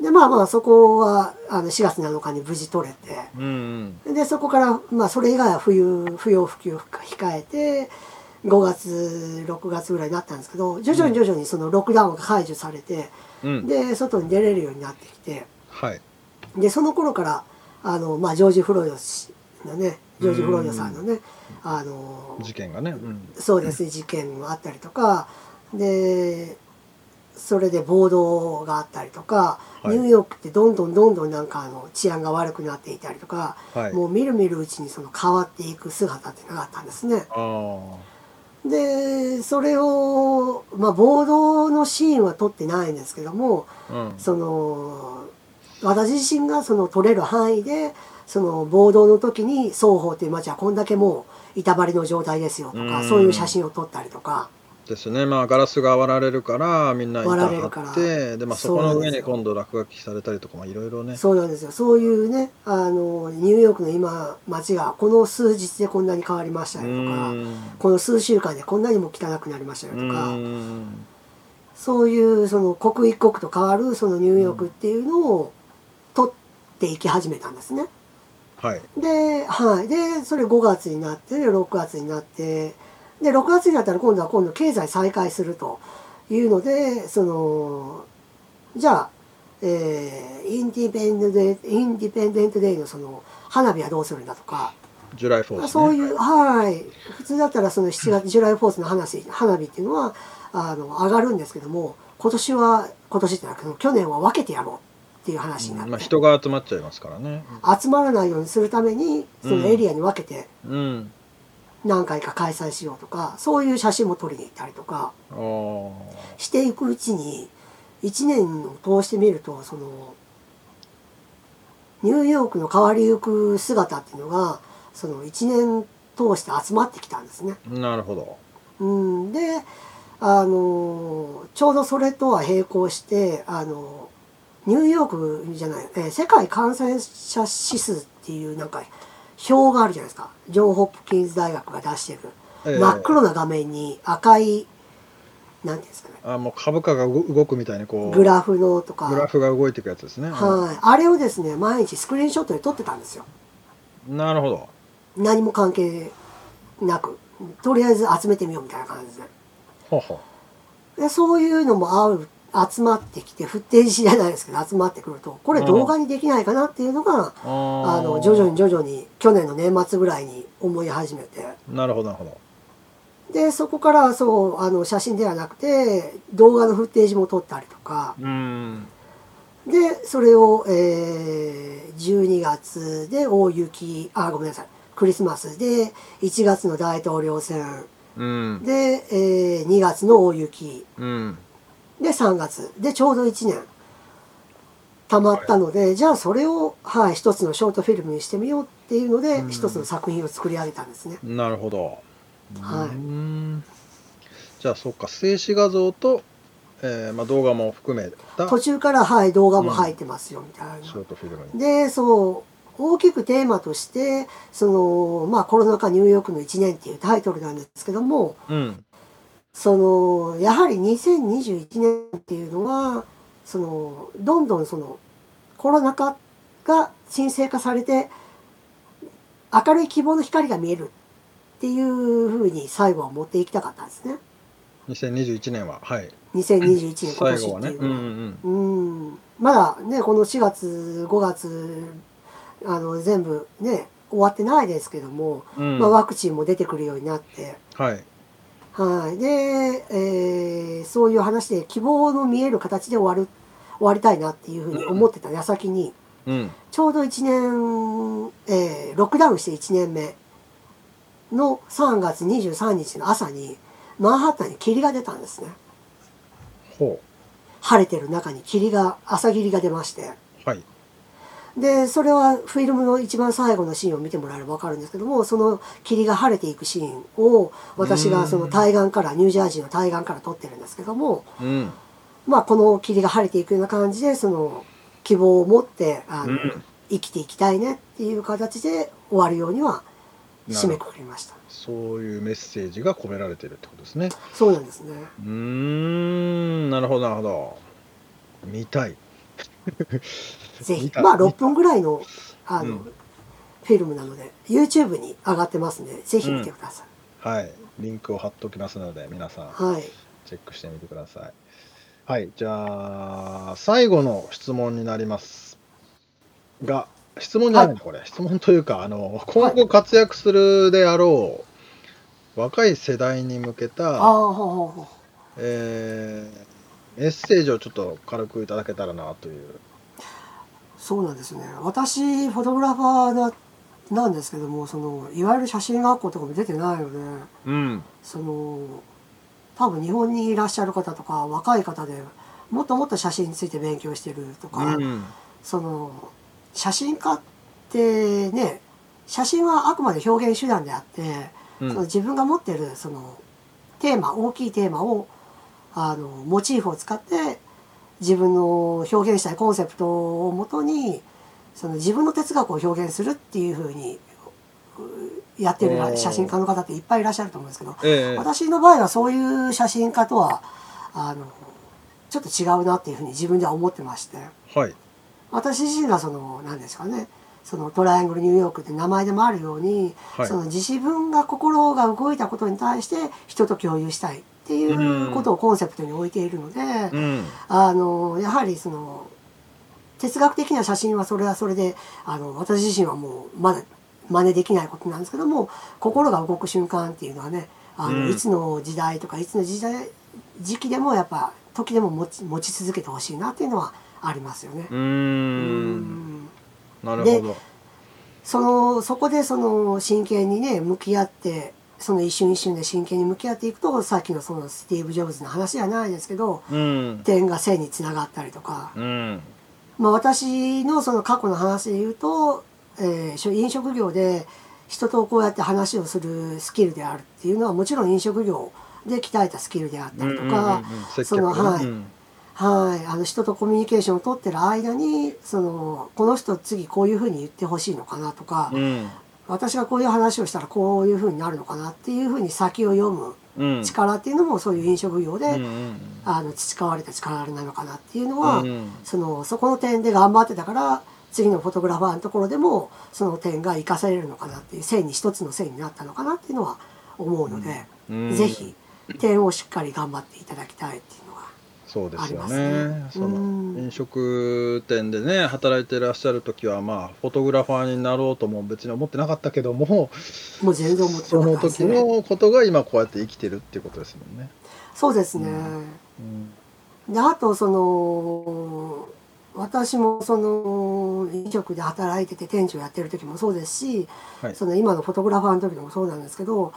B: でまあまあそこはあの4月7日に無事取れて
D: うんうん
B: でそこから、まあ、それ以外は冬不要不急を控えて5月6月ぐらいになったんですけど徐々に徐々にそのロックダウンが解除されて
D: うん
B: で外に出れるようになってきて
D: はい
B: でその頃からあの、まあ、ジョージ・フロイド氏のねジョージ・フロイドさんのねあの
D: 事件がねうん
B: そうですね事件があったりとかでそれで暴動があったりとか、
D: はい
B: ニューヨークってどんどんどんどんなんかあの治安が悪くなっていたりとか、
D: はい
B: もうみるみるうちにその変わっていく姿っていうのがあったんですね。
D: ああ
B: でそれを、まあ、暴動のシーンは撮ってないんですけども
D: うん
B: その私自身がその撮れる範囲でその暴動の時に双方という街はこんだけもう板張りの状態ですよとか
D: うん
B: そういう写真を撮ったりとか
D: ですねまあガラスが割られるからみんな板
B: 割られるか
D: 張
B: ら
D: ってでまあそこ
B: そうな
D: の
B: んです
D: 上
B: よ
D: に今度落書きされたりとかまあいろいろね
B: そうなんですよそういうねあのニューヨークの今街がこの数日でこんなに変わりました
D: う
B: よとか
D: ん
B: この数週間でこんなにも汚くなりましたよ
D: う
B: とか。
D: ん
B: そういうその刻一刻と変わるそのニューヨークっていうのを取っていき始めたんですね。
D: はい
B: で、はい。で、それ5月になって、6月になって、で、6月になったら今度は今度経済再開するというので、その、じゃあ、えーインディペンデントデイ、インディペンデントデイのその、花火はどうするんだとか、
D: ジュライフォースね
B: そういう、はい。普通だったらその7月、ジュライフォースの話、花火っていうのは、あの、上がるんですけども、今年は、今年ってなくて、去年は分けてやろうっていう話になって、
D: まあ人が集まっちゃいますからね
B: 集まらないようにするために、そのエリアに分けて
D: うん
B: 何回か開催しようとか、そういう写真も撮りに行ったりとか
D: ああ
B: していくうちに、1年を通してみると、その、ニューヨークの変わりゆく姿っていうのが、その1年通して集まってきたんですね。
D: なるほど。
B: うん、で、あのちょうどそれとは並行して、あのニューヨークじゃない、えー世界感染者指数っていうなんか表があるじゃないですか。ジョン・ホップキンズ大学が出してる。
D: ええ
B: 真っ黒な画面に赤い、なんていうんですかね、
D: あもう株価が動動くみたいにこう
B: グラフのとか、
D: グラフが動いていくやつですね。
B: はい。あれをですね、毎日スクリーンショットで撮ってたんですよ。
D: なるほど。
B: 何も関係なく。とりあえず集めてみようみたいな感じで。
D: ほうほ
B: でそういうのも合う集まってきて不定時じゃないですけど集まってくるとこれ動画にできないかなっていうのが、
D: う。あ
B: あ
D: ー
B: の徐々に。徐々に去年の年末ぐらいに思い始めて
D: なるほどなるほ
B: でそこからそうあの写真ではなくて動画のフッテージも撮ったりとか
D: ど。うん。
B: でそれを、えー12月で大雪あごめんなさいクリスマスで1月の大統領選
D: うん。
B: で、え2月の大雪
D: うん。
B: で3月でちょうど1年たまったので、じゃあそれを、はい、一つのショートフィルムにしてみようっていうので、
D: うん
B: 一つの作品を作り上げたんですね。
D: なるほど。
B: はい
D: い。じゃあそっか静止画像と、えーまあ動画も含めた
B: 途
D: シ
B: 中から、はい、動画も入ってますよみたいな。
D: ョートフィルムに。
B: でそう大きくテーマとしてその、まあ、コロナ禍ニューヨークの1年っていうタイトルなんですけども
D: うん。
B: そのやはり2021年っていうのはそのどんどんそのコロナ禍が沈静化されて明るい希望の光が見えるっていうふうに最後は持っていきたかったんですね
D: 2021年ははい。
B: 2021年今
D: 最
B: 年
D: 後は
B: って
D: ね。
B: いううんの
D: う
B: は。
D: ん。
B: うんまだねこの4月5月あの全部ね終わってないですけども、
D: うん
B: まあ、ワクチンも出てくるようになって、
D: はい。
B: はい。で、えーそういう話で希望の見える形で終わる、終わりたいなっていうふうに思ってた矢先に、
D: うん。
B: ちょうど1年、えーロックダウンして1年目の3月23日の朝に、マンハッタンに霧が出たんですね。
D: ほ
B: 晴れてる中に霧が、朝霧が出まして。
D: う。はい。
B: で、それはフィルムの一番最後のシーンを見てもらえればわかるんですけども、その霧が晴れていくシーンを、私がその対岸から、ニュージャージーの対岸から撮ってるんですけども、
D: うん。
B: まあ、この霧が晴れていくような感じで、その、希望を持って、あの、
D: うん
B: 生きていきたいねっていう形で終わるようには
D: な
B: 締
D: る
B: め
D: ほど。
B: くくりました。
D: そういうメッセージが込められてるってことですね。
B: そうなんですね。
D: うーん。なるほど、なるほど。見たい。
B: ぜ
D: 見
B: ひ。
D: た
B: まあ、6分ぐらいの、あの、
D: うん
B: フィルムなので、YouTube に上がってますんで、ぜひ見てください。
D: はい。リンクを貼っておきますので、皆さん、
B: はい。
D: チェックしてみてください。はい。じゃあ、最後の質問になります。が、質問じゃないの、これ。質問というか、あの、今後活躍するであろう、若い世代に向け
B: あ
D: た、
B: あ、ほうほうほう。
D: えーメッセージをちょっと軽くいただけたらなという。
B: そうなんですね。私、フォトグラファーな、なんですけども、その、いわゆる写真学校とかも出てないので、
D: うん。
B: その多分日本にいらっしゃる方とか若い方でもっともっと写真について勉強してるとか、
D: うん。
B: その写真家ってね写真はあくまで表現手段であって、
D: うん
B: その自分が持ってるそのテーマ大きいテーマをあのモチーフを使って自分の表現したいコンセプトをもとにその自分の哲学を表現するっていうふうにうやってる
D: おー
B: 写真家の方っていっぱいいらっしゃると思うんですけど
D: ええ
B: 私の場合はそういう写真家とはあのちょっと違うなっていうふうに自分では思ってまして
D: はい。
B: 私自身がその何ですかねそのトライアングルニューヨークって名前でもあるように、
D: はい
B: その自分が心が動いたことに対して人と共有したいっていうことをコンセプトに置いているので、
D: うん。
B: あのやはりその哲学的な写真はそれはそれであの私自身はもうまだ真似できないことなんですけども心が動く瞬間っていうのはねあの、
D: うん
B: いつの時代とかいつの時代時期でもやっぱ時でも持ち持ち続けてほしいなっていうのはありますよね。
D: うー。
B: うんん
D: なるほど。
B: そのそこでその真剣にね向き合ってその一瞬一瞬で真剣に向き合っていくとさっきのそのスティーブ・ジョブズの話じゃないですけど
D: うん。
B: 点が線につながったりとか
D: うん。
B: まあ、私のその過去の話で言うと、えー飲食業で人とこうやって話をするスキルであるっていうのはもちろん飲食業で鍛えたスキルであったりとか、
D: うんうんうん接
B: その
D: 客ね
B: はい
D: うん
B: はい、あの人とコミュニケーションを取ってる間にそのこの人次こういうふうに言ってほしいのかなとか、
D: うん
B: 私がこういう話をしたらこういうふうになるのかなっていうふうに先を読む
D: うん
B: 力っていうのもそういう飲食業で、
D: うんうん
B: あの培われた力なのかなっていうのは、
D: うん
B: そのそこの点で頑張ってたから次のフォトグラファーのところでもその点が生かされるのかなっていう線に一つの線になったのかなっていうのは思うので、
D: うん
B: ぜひ点をしっかり頑張っていただきたいっていうのは
D: そうですよ
B: あり
D: ね
B: ますね
D: その
B: うん
D: 飲食店でね働いてらっしゃる時はまあフォトグラファーになろうとも別に思ってなかったけども
B: もう全然思って
D: そ
B: なかっ
D: の
B: たです
D: 時
B: ね。
D: のことが今こうやって生きてるっていうことですもんね。
B: そうですね、
D: うん
B: であとその私もその飲食で働いてて店長やってる時もそうですし、
D: はい
B: その今のフォトグラファーの時でもそうなんですけど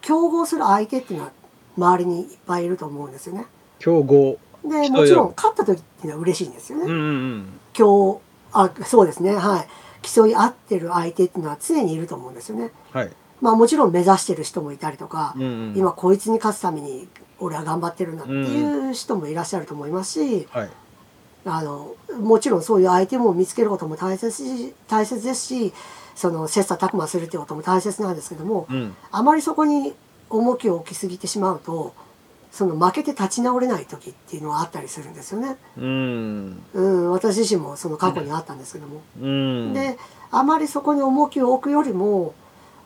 B: 競合する相手っていうのは周りにいっぱいいると思うんですよね。
D: 競合
B: で
D: 人
B: もち
D: 選
B: ろ
D: ぶ
B: ん勝った時っていうのは嬉しいんですよね。
D: うんうん
B: 競あそうですねはい競い合ってる相手っていうのは常にいると思うんですよね。
D: はい、
B: まあもちろん目指してる人もいたりとか、
D: うんうん
B: 今こいつに勝つために俺は頑張ってるんだっていう人もいらっしゃると思いますし。
D: はい
B: あのもちろんそういう相手も見つけることも大切し大切ですしその切磋琢磨するってことも大切なんですけども
D: うん
B: あまりそこに重きを置きすぎてしまうとその負けて立ち直れない時っていうのはあったりするんですよね。
D: うん
B: うん、私自身もその過去にあったんですけども。
D: うん
B: であまりそこに重きを置くよりも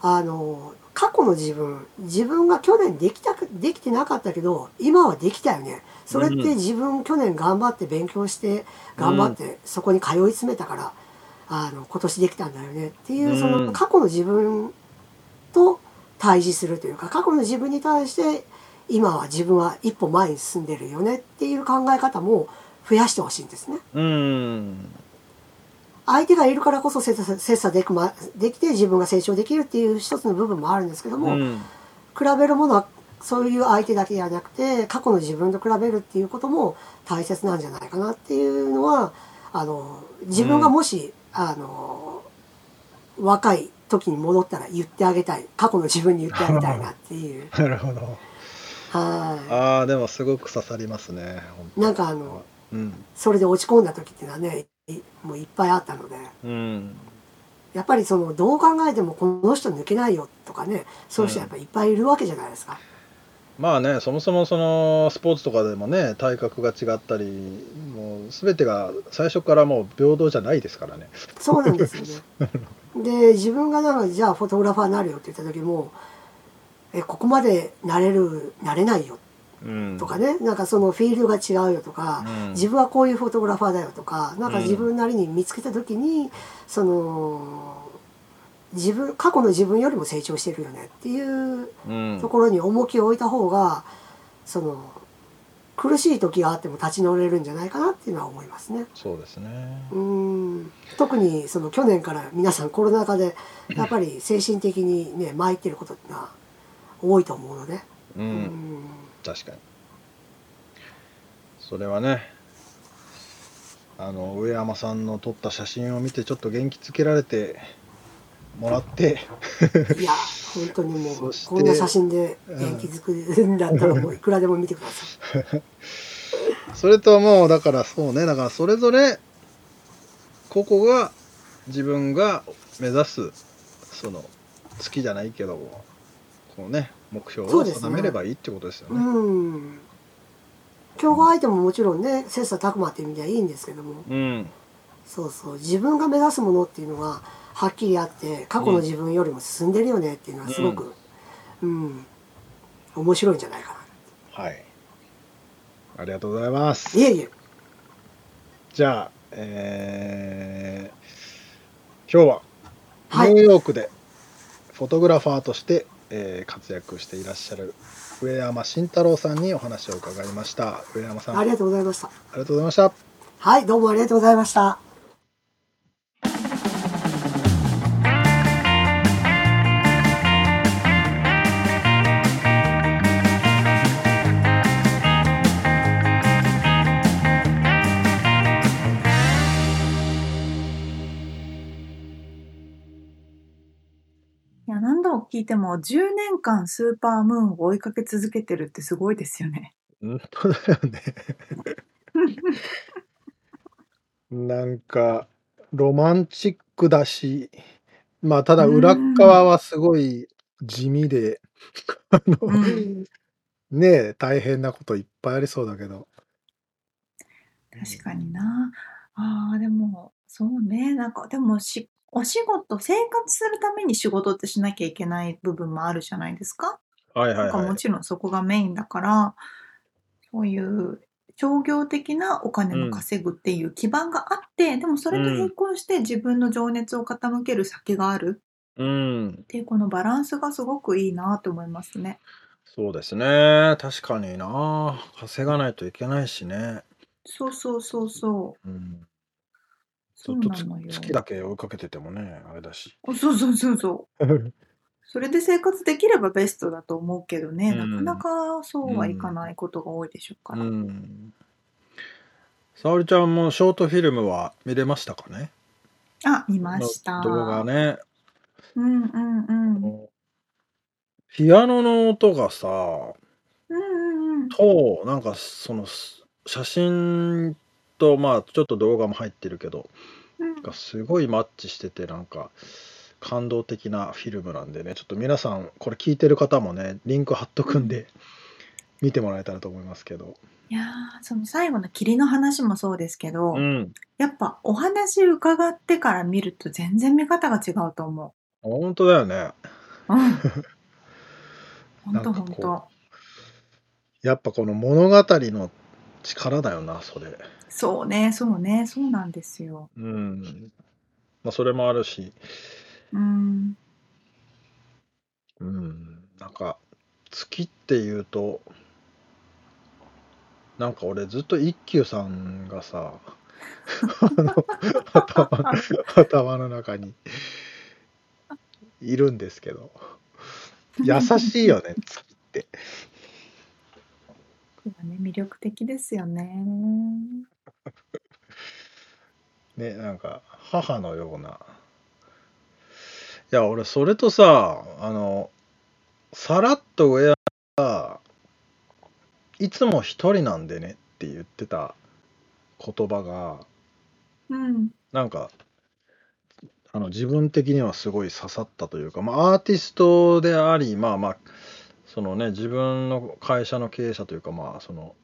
B: あの過去の自分自分が去年できたくできてなかったけど今はできたよねそれって
D: うん
B: 自分去年頑張って勉強して頑張ってそこに通い詰めたから、あの今年できたんだよねっていううんその過去の自分と対峙するというか過去の自分に対して今は自分は一歩前に進んでるよねっていう考え方も増やしてほしいんですね。
D: うん。
B: 相手がいるからこそ切磋切磋でくまできて自分が成長できるっていう一つの部分もあるんですけど
D: う
B: も、
D: ん。
B: 比べるものはそういう相手だけじゃなくて過去の自分と比べるっていうことも大切なんじゃないかなっていうのはあの自分がもし、あの若い時に戻ったら言ってあげたい過去の自分に言ってあげたいなっていう
D: *laughs* *laughs* なるほど。
B: は
D: ああ、でもすごく刺さりますね。本
B: い
D: 当
B: なんかあの
D: うん。
B: それで落ち込んだ時っていうのはねいもういっぱいあったので
D: うん。
B: やっぱりそのどう考えてもこの人抜けないよとかねそういう人やっぱりいっぱいいるわけじゃないですか。
D: まあね、そもそもそのスポーツとかでもね、体格が違ったり、もう全てが最初からもう平等じゃないですからね。
B: そうなんですよ
D: *laughs*
B: ね。で自分がなんかじゃあフォトグラファーになるよって言った時もえここまでなれるなれないよ
D: うん。
B: とかね、なんかそのフィールドが違うよとか、
D: うん
B: 自分はこういうフォトグラファーだよとかなんか
D: うん
B: 自分なりに見つけた時に、その自分過去の自分よりも成長してるよねっていう
D: うん
B: ところに重きを置いた方がその苦しい時があっても立ち直れるんじゃないかなっていうのは思いますね。
D: そうですね。
B: うーん特にその去年から皆さんコロナ禍でやっぱり精神的にね参ってることってのは多いと思うので、
D: う。
B: うんん
D: 確かにそれはねあの上山さんの撮った写真を見てちょっと元気づけられてもらって
B: いや本当にも
D: そうして
B: こんな写真で元気づく *laughs* んだったらもういくらでも見てください。
D: それともうだからそうねだからそれぞれここが自分が目指すその好きじゃないけどもこうね目標
B: そ
D: を
B: うですね
D: 定めればいいってことですよね。
B: うん競合相手ももちろんね切磋琢磨っていう意味ではいいんですけども
D: うん、
B: そうそう自分が目指すものっていうのがはっきりあって過去の自分よりも進んでるよねっていうのはすごく、うん、面白いんじゃないかな。
D: はいありがとうございます。
B: いえいえ
D: じゃあ、えー今日は
B: はい
D: ニューヨークでフォトグラファーとして、えー活躍していらっしゃる上山慎太郎さんにお話を伺いました。上山さん、あ
B: あ
D: り
B: りがとうございました。
D: がとうございました。
B: はい、どうもありがとうございました。
C: いや、何度も聞いても、10年間スーパームーンを追いかけ続けてるってすごいですよね。
D: 本当だよね。なんかロマンチックだし、まあただ裏っ側はすごい地味で、あの、
C: うん、
D: ねえ大変なこといっぱいありそうだけど。
C: 確かにな。ああ、でも、そうね。なんか、でもし、お仕事、生活するために仕事ってしなきゃいけない部分もあるじゃないですか。
D: はいはい
C: なんか
D: は
C: も
D: い。
C: ちろんそこがメインだから、そういう商業的なお金
D: う
C: も
D: ん
C: 稼ぐっていう基盤があって、でもそれと並行して自分の情熱を傾ける先がある
D: うん。
C: っていうこのバランスがすごくいいなと思いますね。
D: そうですね。確かにな。稼がないといけないしね。
C: そうそうそうそう。
D: うん、ず
C: そ
D: っ
C: う
D: と
C: な
D: つ
C: のよ。
D: 月だけ追いかけててもね、あれだ *laughs* し。
C: あそうそうそうそう。
D: うん
C: それで生活できればベストだと思うけどね、
D: うん
C: なかなかそうはいかないことが多いでしょうから。
D: うん。沙織ちゃんもショートフィルムは見れましたかね
C: あ、見ました。
D: 動画ね。
C: うんうんうん。うん
D: ピアノの音がさ、
C: うんうん。
D: と、なんかそのす写真と、まあちょっと動画も入ってるけど、
C: うん
D: がすごいマッチしててなんか感動的なフィルムなんでねちょっと皆さんこれ聞いてる方もねリンク貼っとくんで見てもらえたらと思いますけど
C: いやーその最後の霧の話もそうですけど、
D: うん
C: やっぱお話伺ってから見ると全然見方が違うと思
D: 本当だよね
C: う。うん。ほん
D: な
C: と
D: ん
C: ほん
D: か
C: と
D: こ。やっぱこの物語の力だよなそれ
C: そうね、そうね、そうなんですよ。
D: うんまあ、それもあるし、
C: うん。
D: うん、なんか月っていうとなんか俺ずっと一休さんがさ *laughs* あの頭頭の中にいるんですけど優しいよね月って
C: そうだね、魅力的ですよね。
D: ねなんか母のようないや俺それとさあのさらっと上がいつも一人なんでねって言ってた言葉が
C: うん。
D: なんかあの自分的にはすごい刺さったというか、まあ、アーティストでありまあまあそのね自分の会社の経営者というかまあその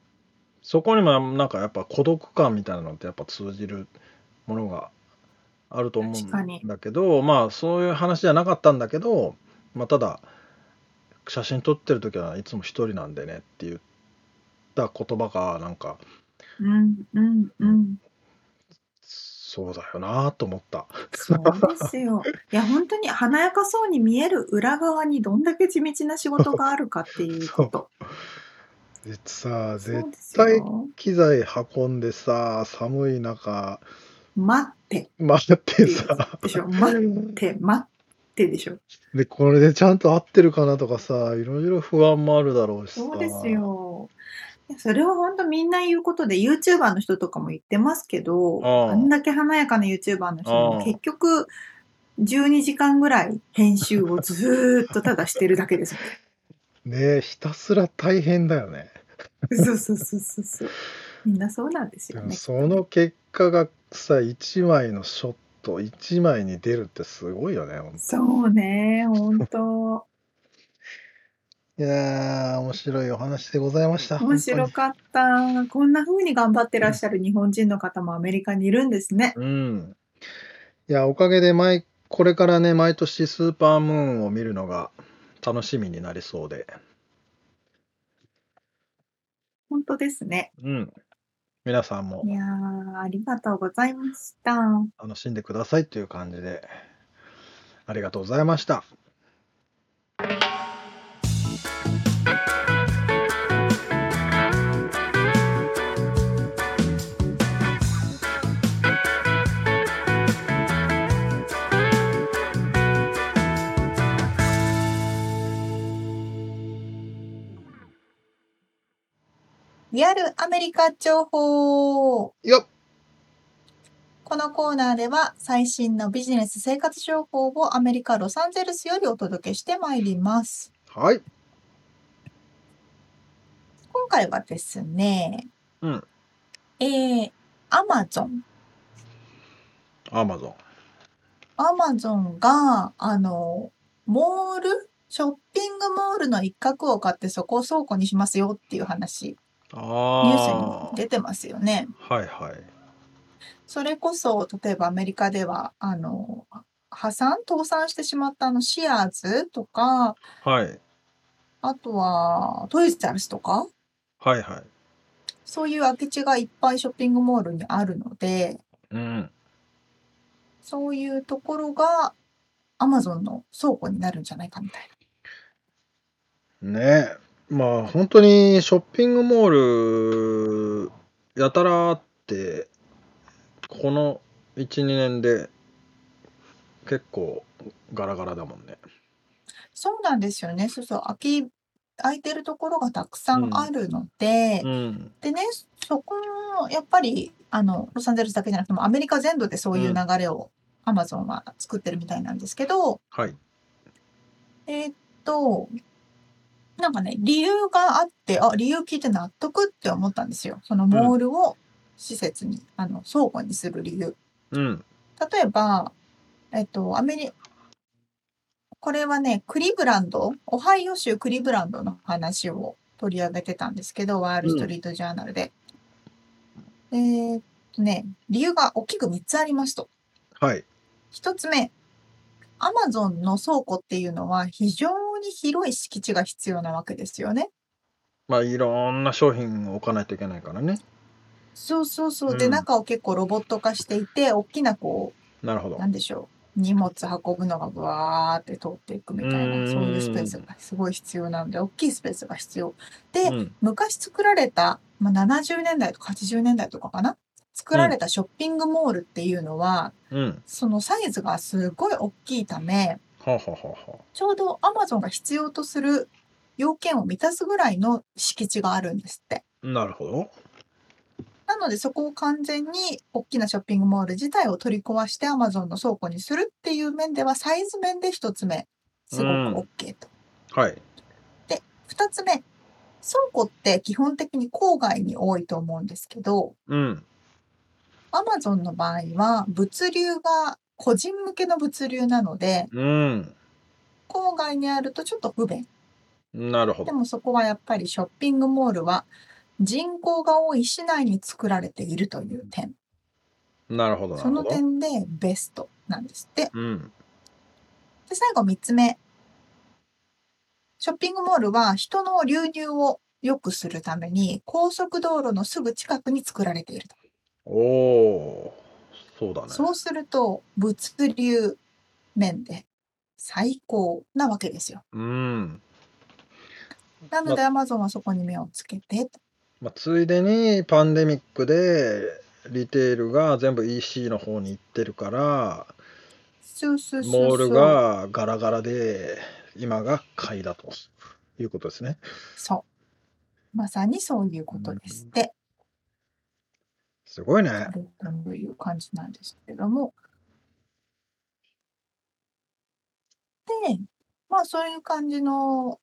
D: そこにもなんかやっぱ孤独感みたいなのってやっぱ通じるものがあると思
C: 確かに
D: うんだけどまあそういう話じゃなかったんだけど、まあ、ただ写真撮ってる時はいつも一人なんでねって言った言葉がなんか
C: うん。うん。うん。
D: そうだよなと思った。
C: そうですよ。いや、本当に華やかそうに見える裏側にどんだけ地道な仕事があるかっていうこと。
D: でさ
C: そうです
D: 絶対
C: よ。
D: 機材運んでさ寒い中
C: 待って。
D: 待ってさ
C: でしょ。待って、待ってでしょ。
D: でこれでちゃんと合ってるかなとかさいろいろ不安もあるだろうしさ
C: そうですよ。いやそれは本当みんな言うことで YouTuber の人とかも言ってますけど
D: ああ
C: あんだけ華やかな YouTuber の人
D: ああ
C: も結局12時間ぐらい編集をずーっとただしてるだ
D: *laughs*
C: けですよね。
D: ねえひたすら大変だよね
C: そうそうそうそうそう。みんなそうなんですよ
D: でも
C: ね。
D: その結果がさ1枚のショット1枚に出るってすごいよねほんと
C: そうね、本当。
D: いやー面白いお話でございました
C: 面白かった。こんな風に頑張ってらっしゃる日本人の方もアメリカにいるんですね。
D: うん。いや、おかげで毎、これからね、毎年スーパームーンを見るのが楽しみになりそうで。
C: 本当ですね。
D: うん。皆さんも
C: いやー、ありがとうございました。
D: 楽しんでくださいという感じで、ありがとうございました。
A: リアルアメリカ情報
D: よっ
A: このコーナーでは最新のビジネス生活情報をアメリカ・ロサンゼルスよりお届けしてまいります。
D: はい。
A: 今回はですね、
D: うん。
A: えー、Amazon。
D: アマゾン。
A: Amazon が、あの、モールショッピングモールの一角を買ってそこを倉庫にしますよっていう話、ニュース
D: あ
A: に出てますよね。
D: あ。はいはい。
A: それこそ、例えばアメリカでは、あの、破産倒産してしまったあのシアーズとか、
D: はい。
A: あとはトイザらスとか、
D: はいはい。
A: そういう空き地がいっぱいショッピングモールにあるので、
D: うん。
A: そういうところが Amazon の倉庫になるんじゃないかみたいな。
D: ねえ。まあ、本当にショッピングモール、やたらあって、この1、2年で結構ガラガラだもんね。
A: そうなんですよね。そうそう、空き、空いてるところがたくさんあるので、
D: うん。
A: でね、そこの、やっぱり、あの、ロサンゼルスだけじゃなくても、アメリカ全土でそういう流れを Amazon は作ってるみたいなんですけど、
D: はい。
A: えーっと、なんかね、理由があって、あ、理由聞いて納得って思ったんですよ。そのモールを施設に、あの、倉庫にする理由。
D: うん。
A: 例えば、えっと、アメリ、これはね、クリブランド、オハイオ州クリブランドの話を取り上げてたんですけど、ワール・ストリート・ジャーナルで。えーっとね、理由が大きく3つありますと。
D: はい。
A: 1つ目、アマゾンの倉庫っていうのは非常に広い敷地が必要なわけですよね。
D: まあ、いろんな商品を置かないといけないからね。
A: そうそうそう。
D: う
A: で、
D: ん
A: 中を結構ロボット化していて、大きなこう、
D: なるほど
C: なんでしょう荷物運ぶのがブワーって通っていくみたいなそういうスペースがすごい必要なので大きいスペースが必要で、
D: うん
C: 昔作られた、まあ、70年代とか80年代とかかな作られたショッピングモールっていうのは、
D: うん
C: そのサイズがすごい大きいため
D: はあ、はあはあはあ、
C: ちょうどアマゾンが必要とする要件を満たすぐらいの敷地があるんですって。
D: なるほど
C: なのでそこを完全に大きなショッピングモール自体を取り壊して Amazon の倉庫にするっていう面ではサイズ面で1つ目すご
D: う
C: く
D: ん
C: OK と。
D: はい
C: 2つ目倉庫って基本的に郊外に多いと思うんですけど
D: うん
C: アマゾンの場合は物流が個人向けの物流なので
D: うん
C: 郊外にあるとちょっと不便
D: なるほ
C: で
D: ど
C: もそこはやっぱりショッピングモールは人口が多い市内に作られているという点
D: なるほどな
C: そ
D: るほ
C: の
D: ど
C: 点でベストなんですって
D: うん
C: で最後3つ目ショッピングモールは人の流入を良くするために高速道路のすぐ近くに作られていると、
D: おおーそうだね
C: そうすると物流面で最高なわけですよ
D: うん
C: なので Amazon はそこに目をつけて
D: まあ、ついでにパンデミックでリテールが全部 EC の方に行ってるから
C: スースースースー
D: モールがガラガラで今が買いだということですね。
C: そうまさにそういうことですって
D: すごいね
C: あ。るという感じなんですけども。で、まあそういう感じの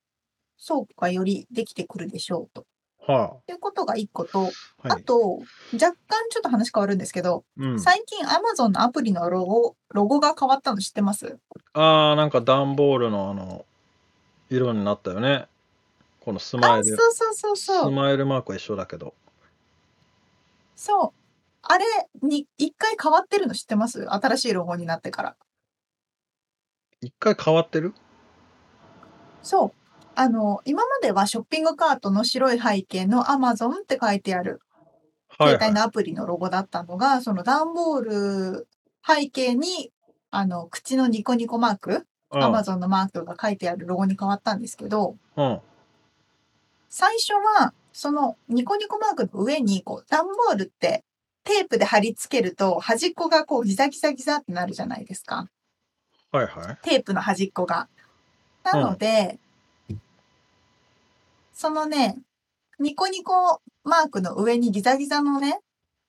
C: 倉庫がよりできてくるでしょうと
D: は
C: いうことが1個と、
D: あ。は
C: あ
D: い。
C: と若干ちょっと話変わるんですけど、
D: うん、
C: 最近 Amazon のアプリのロゴロゴが変わったの知ってます
D: ああ、なんか段ボールのあの、色になったよね。このスマ
C: あ
D: イ
C: そう
D: ル。
C: そうそうそ
D: ス
C: う
D: マイルマークは一緒だけど。
C: そうあれに1回変わってるの知ってます新しいロゴになってから。
D: 一回変わってる
C: そう。あの、今まではショッピングカートの白い背景の Amazon って書いてある
D: はい、
C: 携
D: はい
C: 帯。のアプリのロゴだったのが、その段ボール背景に、あの、口のニコニコマーク、Amazon のマークが書いてあるロゴに変わったんですけど、
D: うん。うん。
C: 最初は、そのニコニコマークの上に、こう、段ボールってテープで貼り付けると、端っこがこう、ギザギザギザってなるじゃないですか。
D: はいはい。
C: テープの端っこが。なので、そのね、ニコニコマークの上にギザギザのね、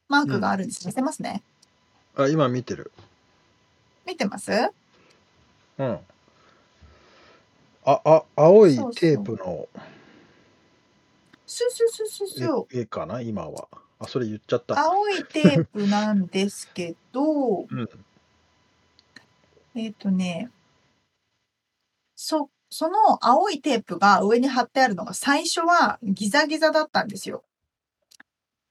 C: マークがあるんです。見せますね。
D: あ、今見てる。
C: 見てます
D: うん。あ、あ、青い
C: そうそう
D: テープの
C: スースースースースー
D: 絵絵かな、今は。あ、それ言っちゃった。
C: 青いテープなんですけど、
D: ん
C: えっ、とね、そ、その青いテープが上に貼ってあるのが最初はギザギザだったんですよ。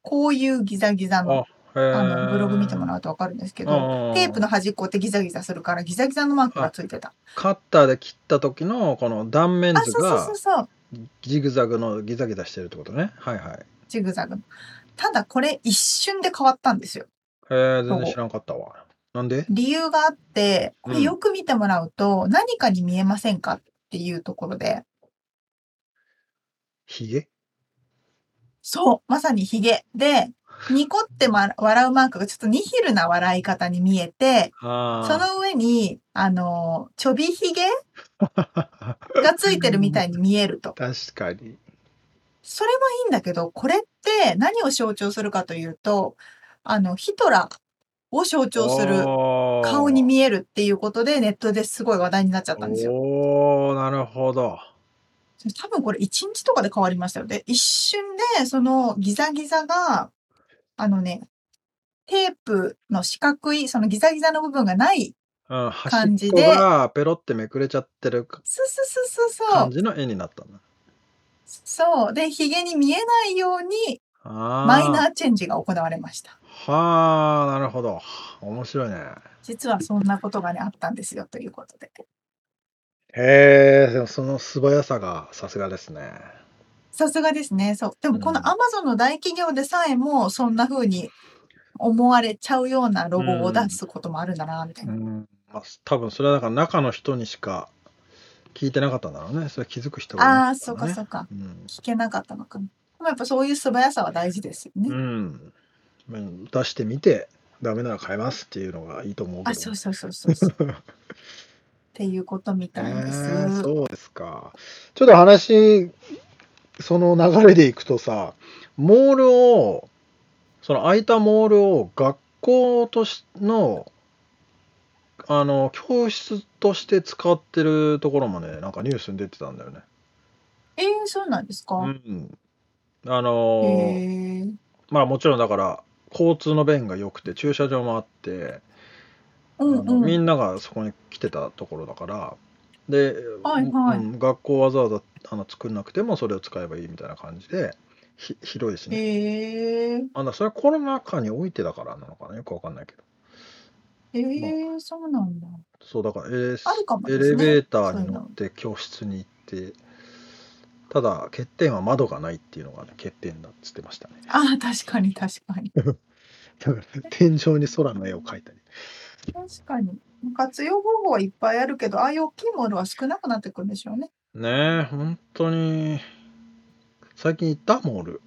C: こういうギザギザの。あのブログ見てもら
D: う
C: うと分かるんですけ
D: け
C: ど、テープの端っこってギザギザするからギザギザのマークがついてた。
D: カッターで切った時のこの断面
C: あ、
D: 図
C: そうそう
D: が
C: そうそう。
D: ジグザグのギザギザしてるってことねはいはい
C: ジグザグ。ただこれ一瞬で変わったんですよ。
D: へえ全然知らんかったわなんで
C: 理由があって、こ
D: う
C: れ
D: ん
C: よく見てもらうと何かに見えませんかっていうところで、
D: ヒゲ
C: そう、まさにヒゲで、ニコって、ま、笑うマークがちょっとニヒルな笑い方に見えて、
D: あ
C: その上に、あの、ちょびひげがついてるみたいに見えると。
D: 確かに
C: それはいいんだけど、これって何を象徴するかというと、あの、ヒトラーを象徴する顔に見えるっていうことで、ネットですごい話題になっちゃ
D: え
C: ったんですよ。
D: おおなるほど
C: 多分これ1日とかで変わりましたよ。で、一瞬でそのギザギザが、あのね、テープの四角い、そのギザギザの部分がない、
D: うん端
C: 感
D: っ
C: じ
D: こ
C: で
D: がペロってめくれちゃってる
C: スススススそ
D: 感
C: う、
D: じの絵になったんだ
C: そう、で、ヒゲに見えないように、
D: あ
C: マイナ
D: ー
C: ーチェンジが行われました。
D: はあなるほど面白いね
C: 実はそんなことがね、あったんですよ、ということで。
D: へえでもその素早さがさすがですね
C: さすがですね。そう。でもこの
D: うん
C: アマゾンの大企業でさえもそんな風に思われちゃうようなロゴを出すこともあるんだな、みたいうな。
D: んまあ、多分それはだから中の人にしか聞いてなかったんだろうねそれ気づく人がいな
C: ああ、
D: った
C: そ
D: ん
C: う
D: だ
C: か
D: ね
C: そうか。
D: うん
C: 聞けなかったのかな。でもやっぱそういう素早さは大事ですよね。
D: うんうん、出してみてダメなら変えますっていうのがいいと思うけど
C: あ、そうそうそうそうそう。っていうことみたいで
D: えー
C: す。
D: そうですかちょっと話その流れでいくとさモールをその空いたモールを学校としのあの教室として使ってるところもねなんかニュースに出てたんだよね。
C: えー、そうなんですか、
D: うん、あの
C: え
D: ー
C: えー。
D: まあもちろんだから交通の便が良くて駐車場もあって、
C: うん
D: あのみ
C: うん。
D: んながそこに来てたところだからで、
C: はいはい
D: うん学校わざわざあの作んなくてもそれを使えばいいみたいな感じでひ広いしね、
C: えー、
D: あんだそれはコロナ禍においてだからなのかなよくわかんないけど
C: えー、そうなんだ。
D: そうだからエレ,、
C: あるかも
D: エ
C: ですね
D: レベーター
C: そうい
D: に
C: うの
D: 乗って教室に行ってただ欠点は窓がないっていうのが、ね、欠点だっつってましたね
C: ああ、確かに確かに。
D: だから天井に空の絵を描いたり
C: 確かに。活用方法はいっぱいあるけど、ああいう大きいものは少なくなってくるんでしょうね。
D: ねえ本当に最近行ったモール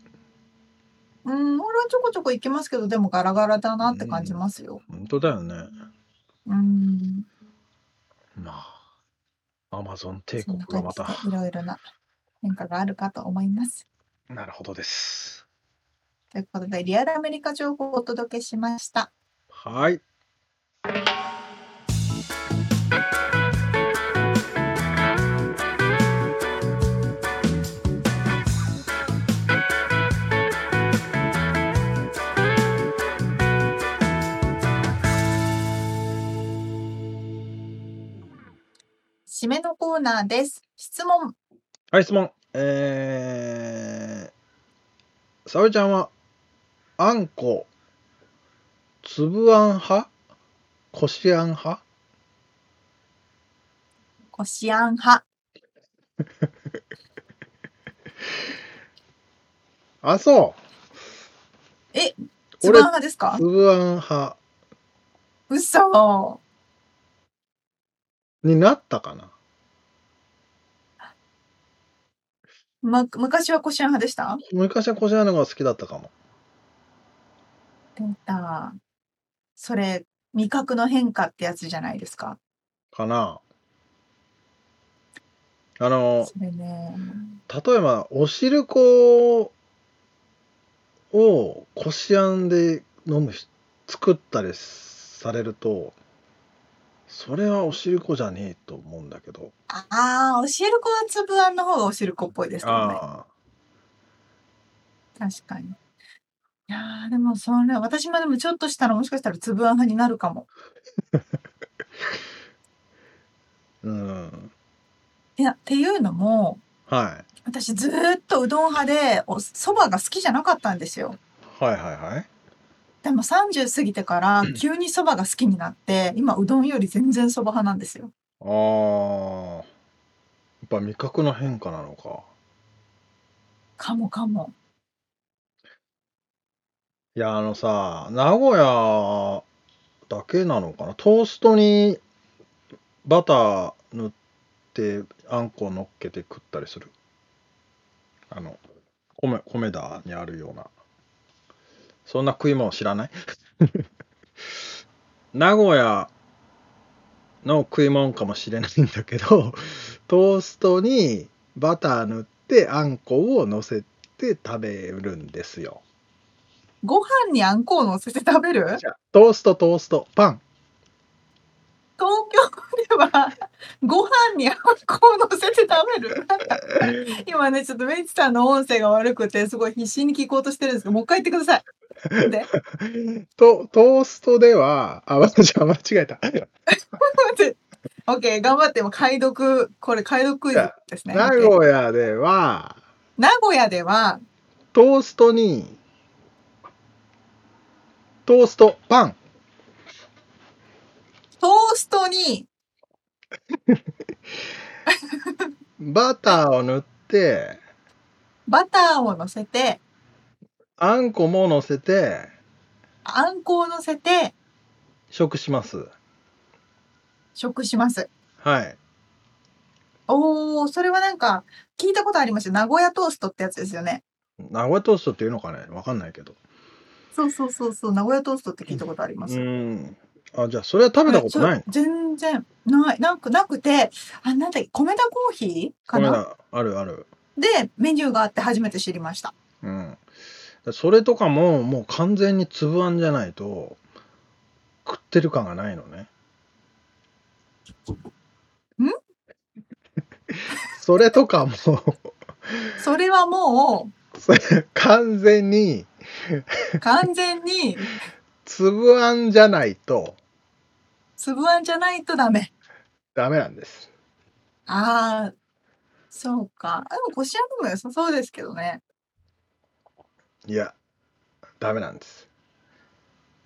C: うん、俺はちょこちょこ行きますけど、でもガラガラだなって感じますよ。
D: 本当だよね
C: うん。
D: まあ、アマゾン帝
C: そん
D: 国
C: な
D: が
C: 感
D: また。
C: じでいろいろな変化があるかと思います。
D: なるほどです。
C: ということで、リアルアメリカ情報をお届けしました。
D: はい。
C: 締めのコーナーです。質問。
D: はい、質問。えー、沙織ちゃんは、あんこ、つぶあん派こしあん派
C: こしあん派。
D: あ、そ
C: つぶあん派です
D: う。
C: か
D: つぶあん派
C: 嘘。
D: になったかな
C: む、昔はこしあん派でした
D: 昔はこしあんの方が好きだったかも。
C: 出た。それ、味覚の変化ってやつじゃないですか。
D: かな。あの
C: そ、れね。
D: 例えば、お汁粉をこしあんで飲むし、作ったりされると、それはお汁粉じゃねえと思うんだけど。
C: ああ、おしるこはつぶあんの方がおしるこっぽいですけどね。
D: ああ、
C: 確かに。いやーでもそれ、私もでもちょっとしたらもしかしたらつぶあん派になるかも。
D: うん。
C: いや、っていうのも、
D: はい。
C: 私ずーっとうどん派で、お蕎麦が好きじゃなかったんですよ。
D: はいはいはい。
C: でも30過ぎてから急に蕎麦が好きになって、今うどんより全然蕎麦派なんですよ。
D: ああ、やっぱ味覚の変化なのか。
C: かもかも。
D: いや、あのさ、名古屋だけなのかな。トーストにバター塗って、あんこ乗っけて食ったりする。あの、米、米田にあるような。そんな食い物知らない *laughs* 名古屋の食い物かもしれないんだけど、トーストにバター塗って、あんこを乗せて食べるんですよ。
C: ご飯にあんこを乗せて食べる東
D: じゃあトースト、トースト、パン。
C: 京ではご飯にあんこを乗せて食べる今ね、ちょっとメイチさんの音声が悪くて、すごい必死に聞こうとしてるんですけど、もう一回言ってください。で
D: と、トーストでは、あ、間違え間違えた。
C: オッケー、頑張って、もう解読、これ解読クイズですね。
D: 名
C: OK
D: 古屋では、
C: 名古屋では、
D: トーストに、トースト、パン。
C: トーストに、
D: バターを塗って、
C: バターを乗せて、
D: あんこも乗せて、
C: あんこを乗せて
D: 食します。
C: 食します。
D: はい。
C: おお、それはなんか聞いたことありますよ。名古屋トーストってやつですよね。
D: 名古屋トーストっていうのかねわかんないけど。
C: そうそうそうそう、名古屋トーストって聞いたことありま
D: う
C: す。
D: ん。あ、じゃあ、それは食べたことな
C: え
D: い
C: そ。う全然ない。なんかなくて、あ、なんだっけ、米田コーヒー
D: こ
C: か
D: れ
C: な
D: だ。あるある。
C: で、メニューがあって初めて知りました。
D: うん。それとかも、もう完全に粒あんじゃないと、食ってる感がないのね。
C: ん
D: *laughs* それとかも、
C: それはも
D: 完全に
C: う完全に
D: 粒あんじゃないと
C: 粒あんじゃないとダメ。
D: ダメなんです。
C: ああ、そうか。でも、こしあんでも良さそうですけどね。
D: いや、ダメなんです。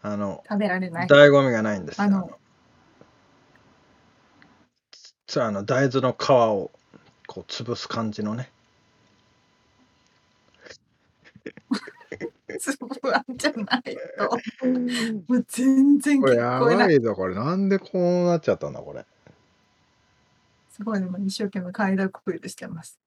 D: あの、
C: 食べられない。
D: 醍醐味がないんですよ。
C: あ
D: あ
C: の
D: のつあの大豆の皮をこう潰す感じのね。
C: 粒あんじゃないと。もう全
D: *laughs*
C: 然聞
D: これや
C: こえな
D: ば
C: い。
D: いぞ、これ。なんでこうなっちゃったんだ、これ。 *laughs*
C: すごいね、もう一生懸命快諾クイズしてます。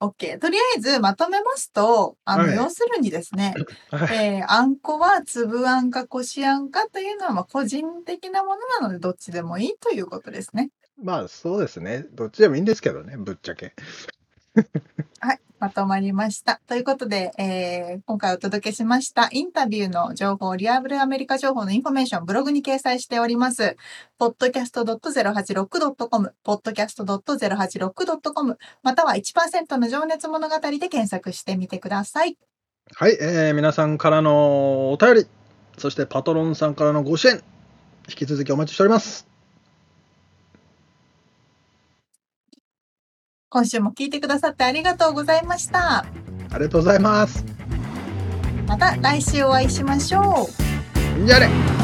C: OK。とりあえず、まとめますと、あの、
D: はい
C: 要するにですね、
D: はい。
C: えーあんこは粒あんかこしあんかというのは、まあ、個人的なものなので、どっちでもいいということですね。
D: まあ、そうですね。どっちでもいいんですけどね、ぶっちゃけ。
C: はい、まとまりました。ということで、えー今回お届けしましたインタビューの情報、リアブルアメリカ情報のインフォメーション、ブログに掲載しております。podcast.086.com、podcast.086.com、または1%の情熱物語で検索してみてください。
D: はい、えー皆さんからのお便り、そしてパトロンさんからのご支援、引き続きお待ちしております。
C: 今週も聞いてくださってありがとうございました。
D: ありがとうございます。
C: また来週お会いしましょう。
D: じゃあね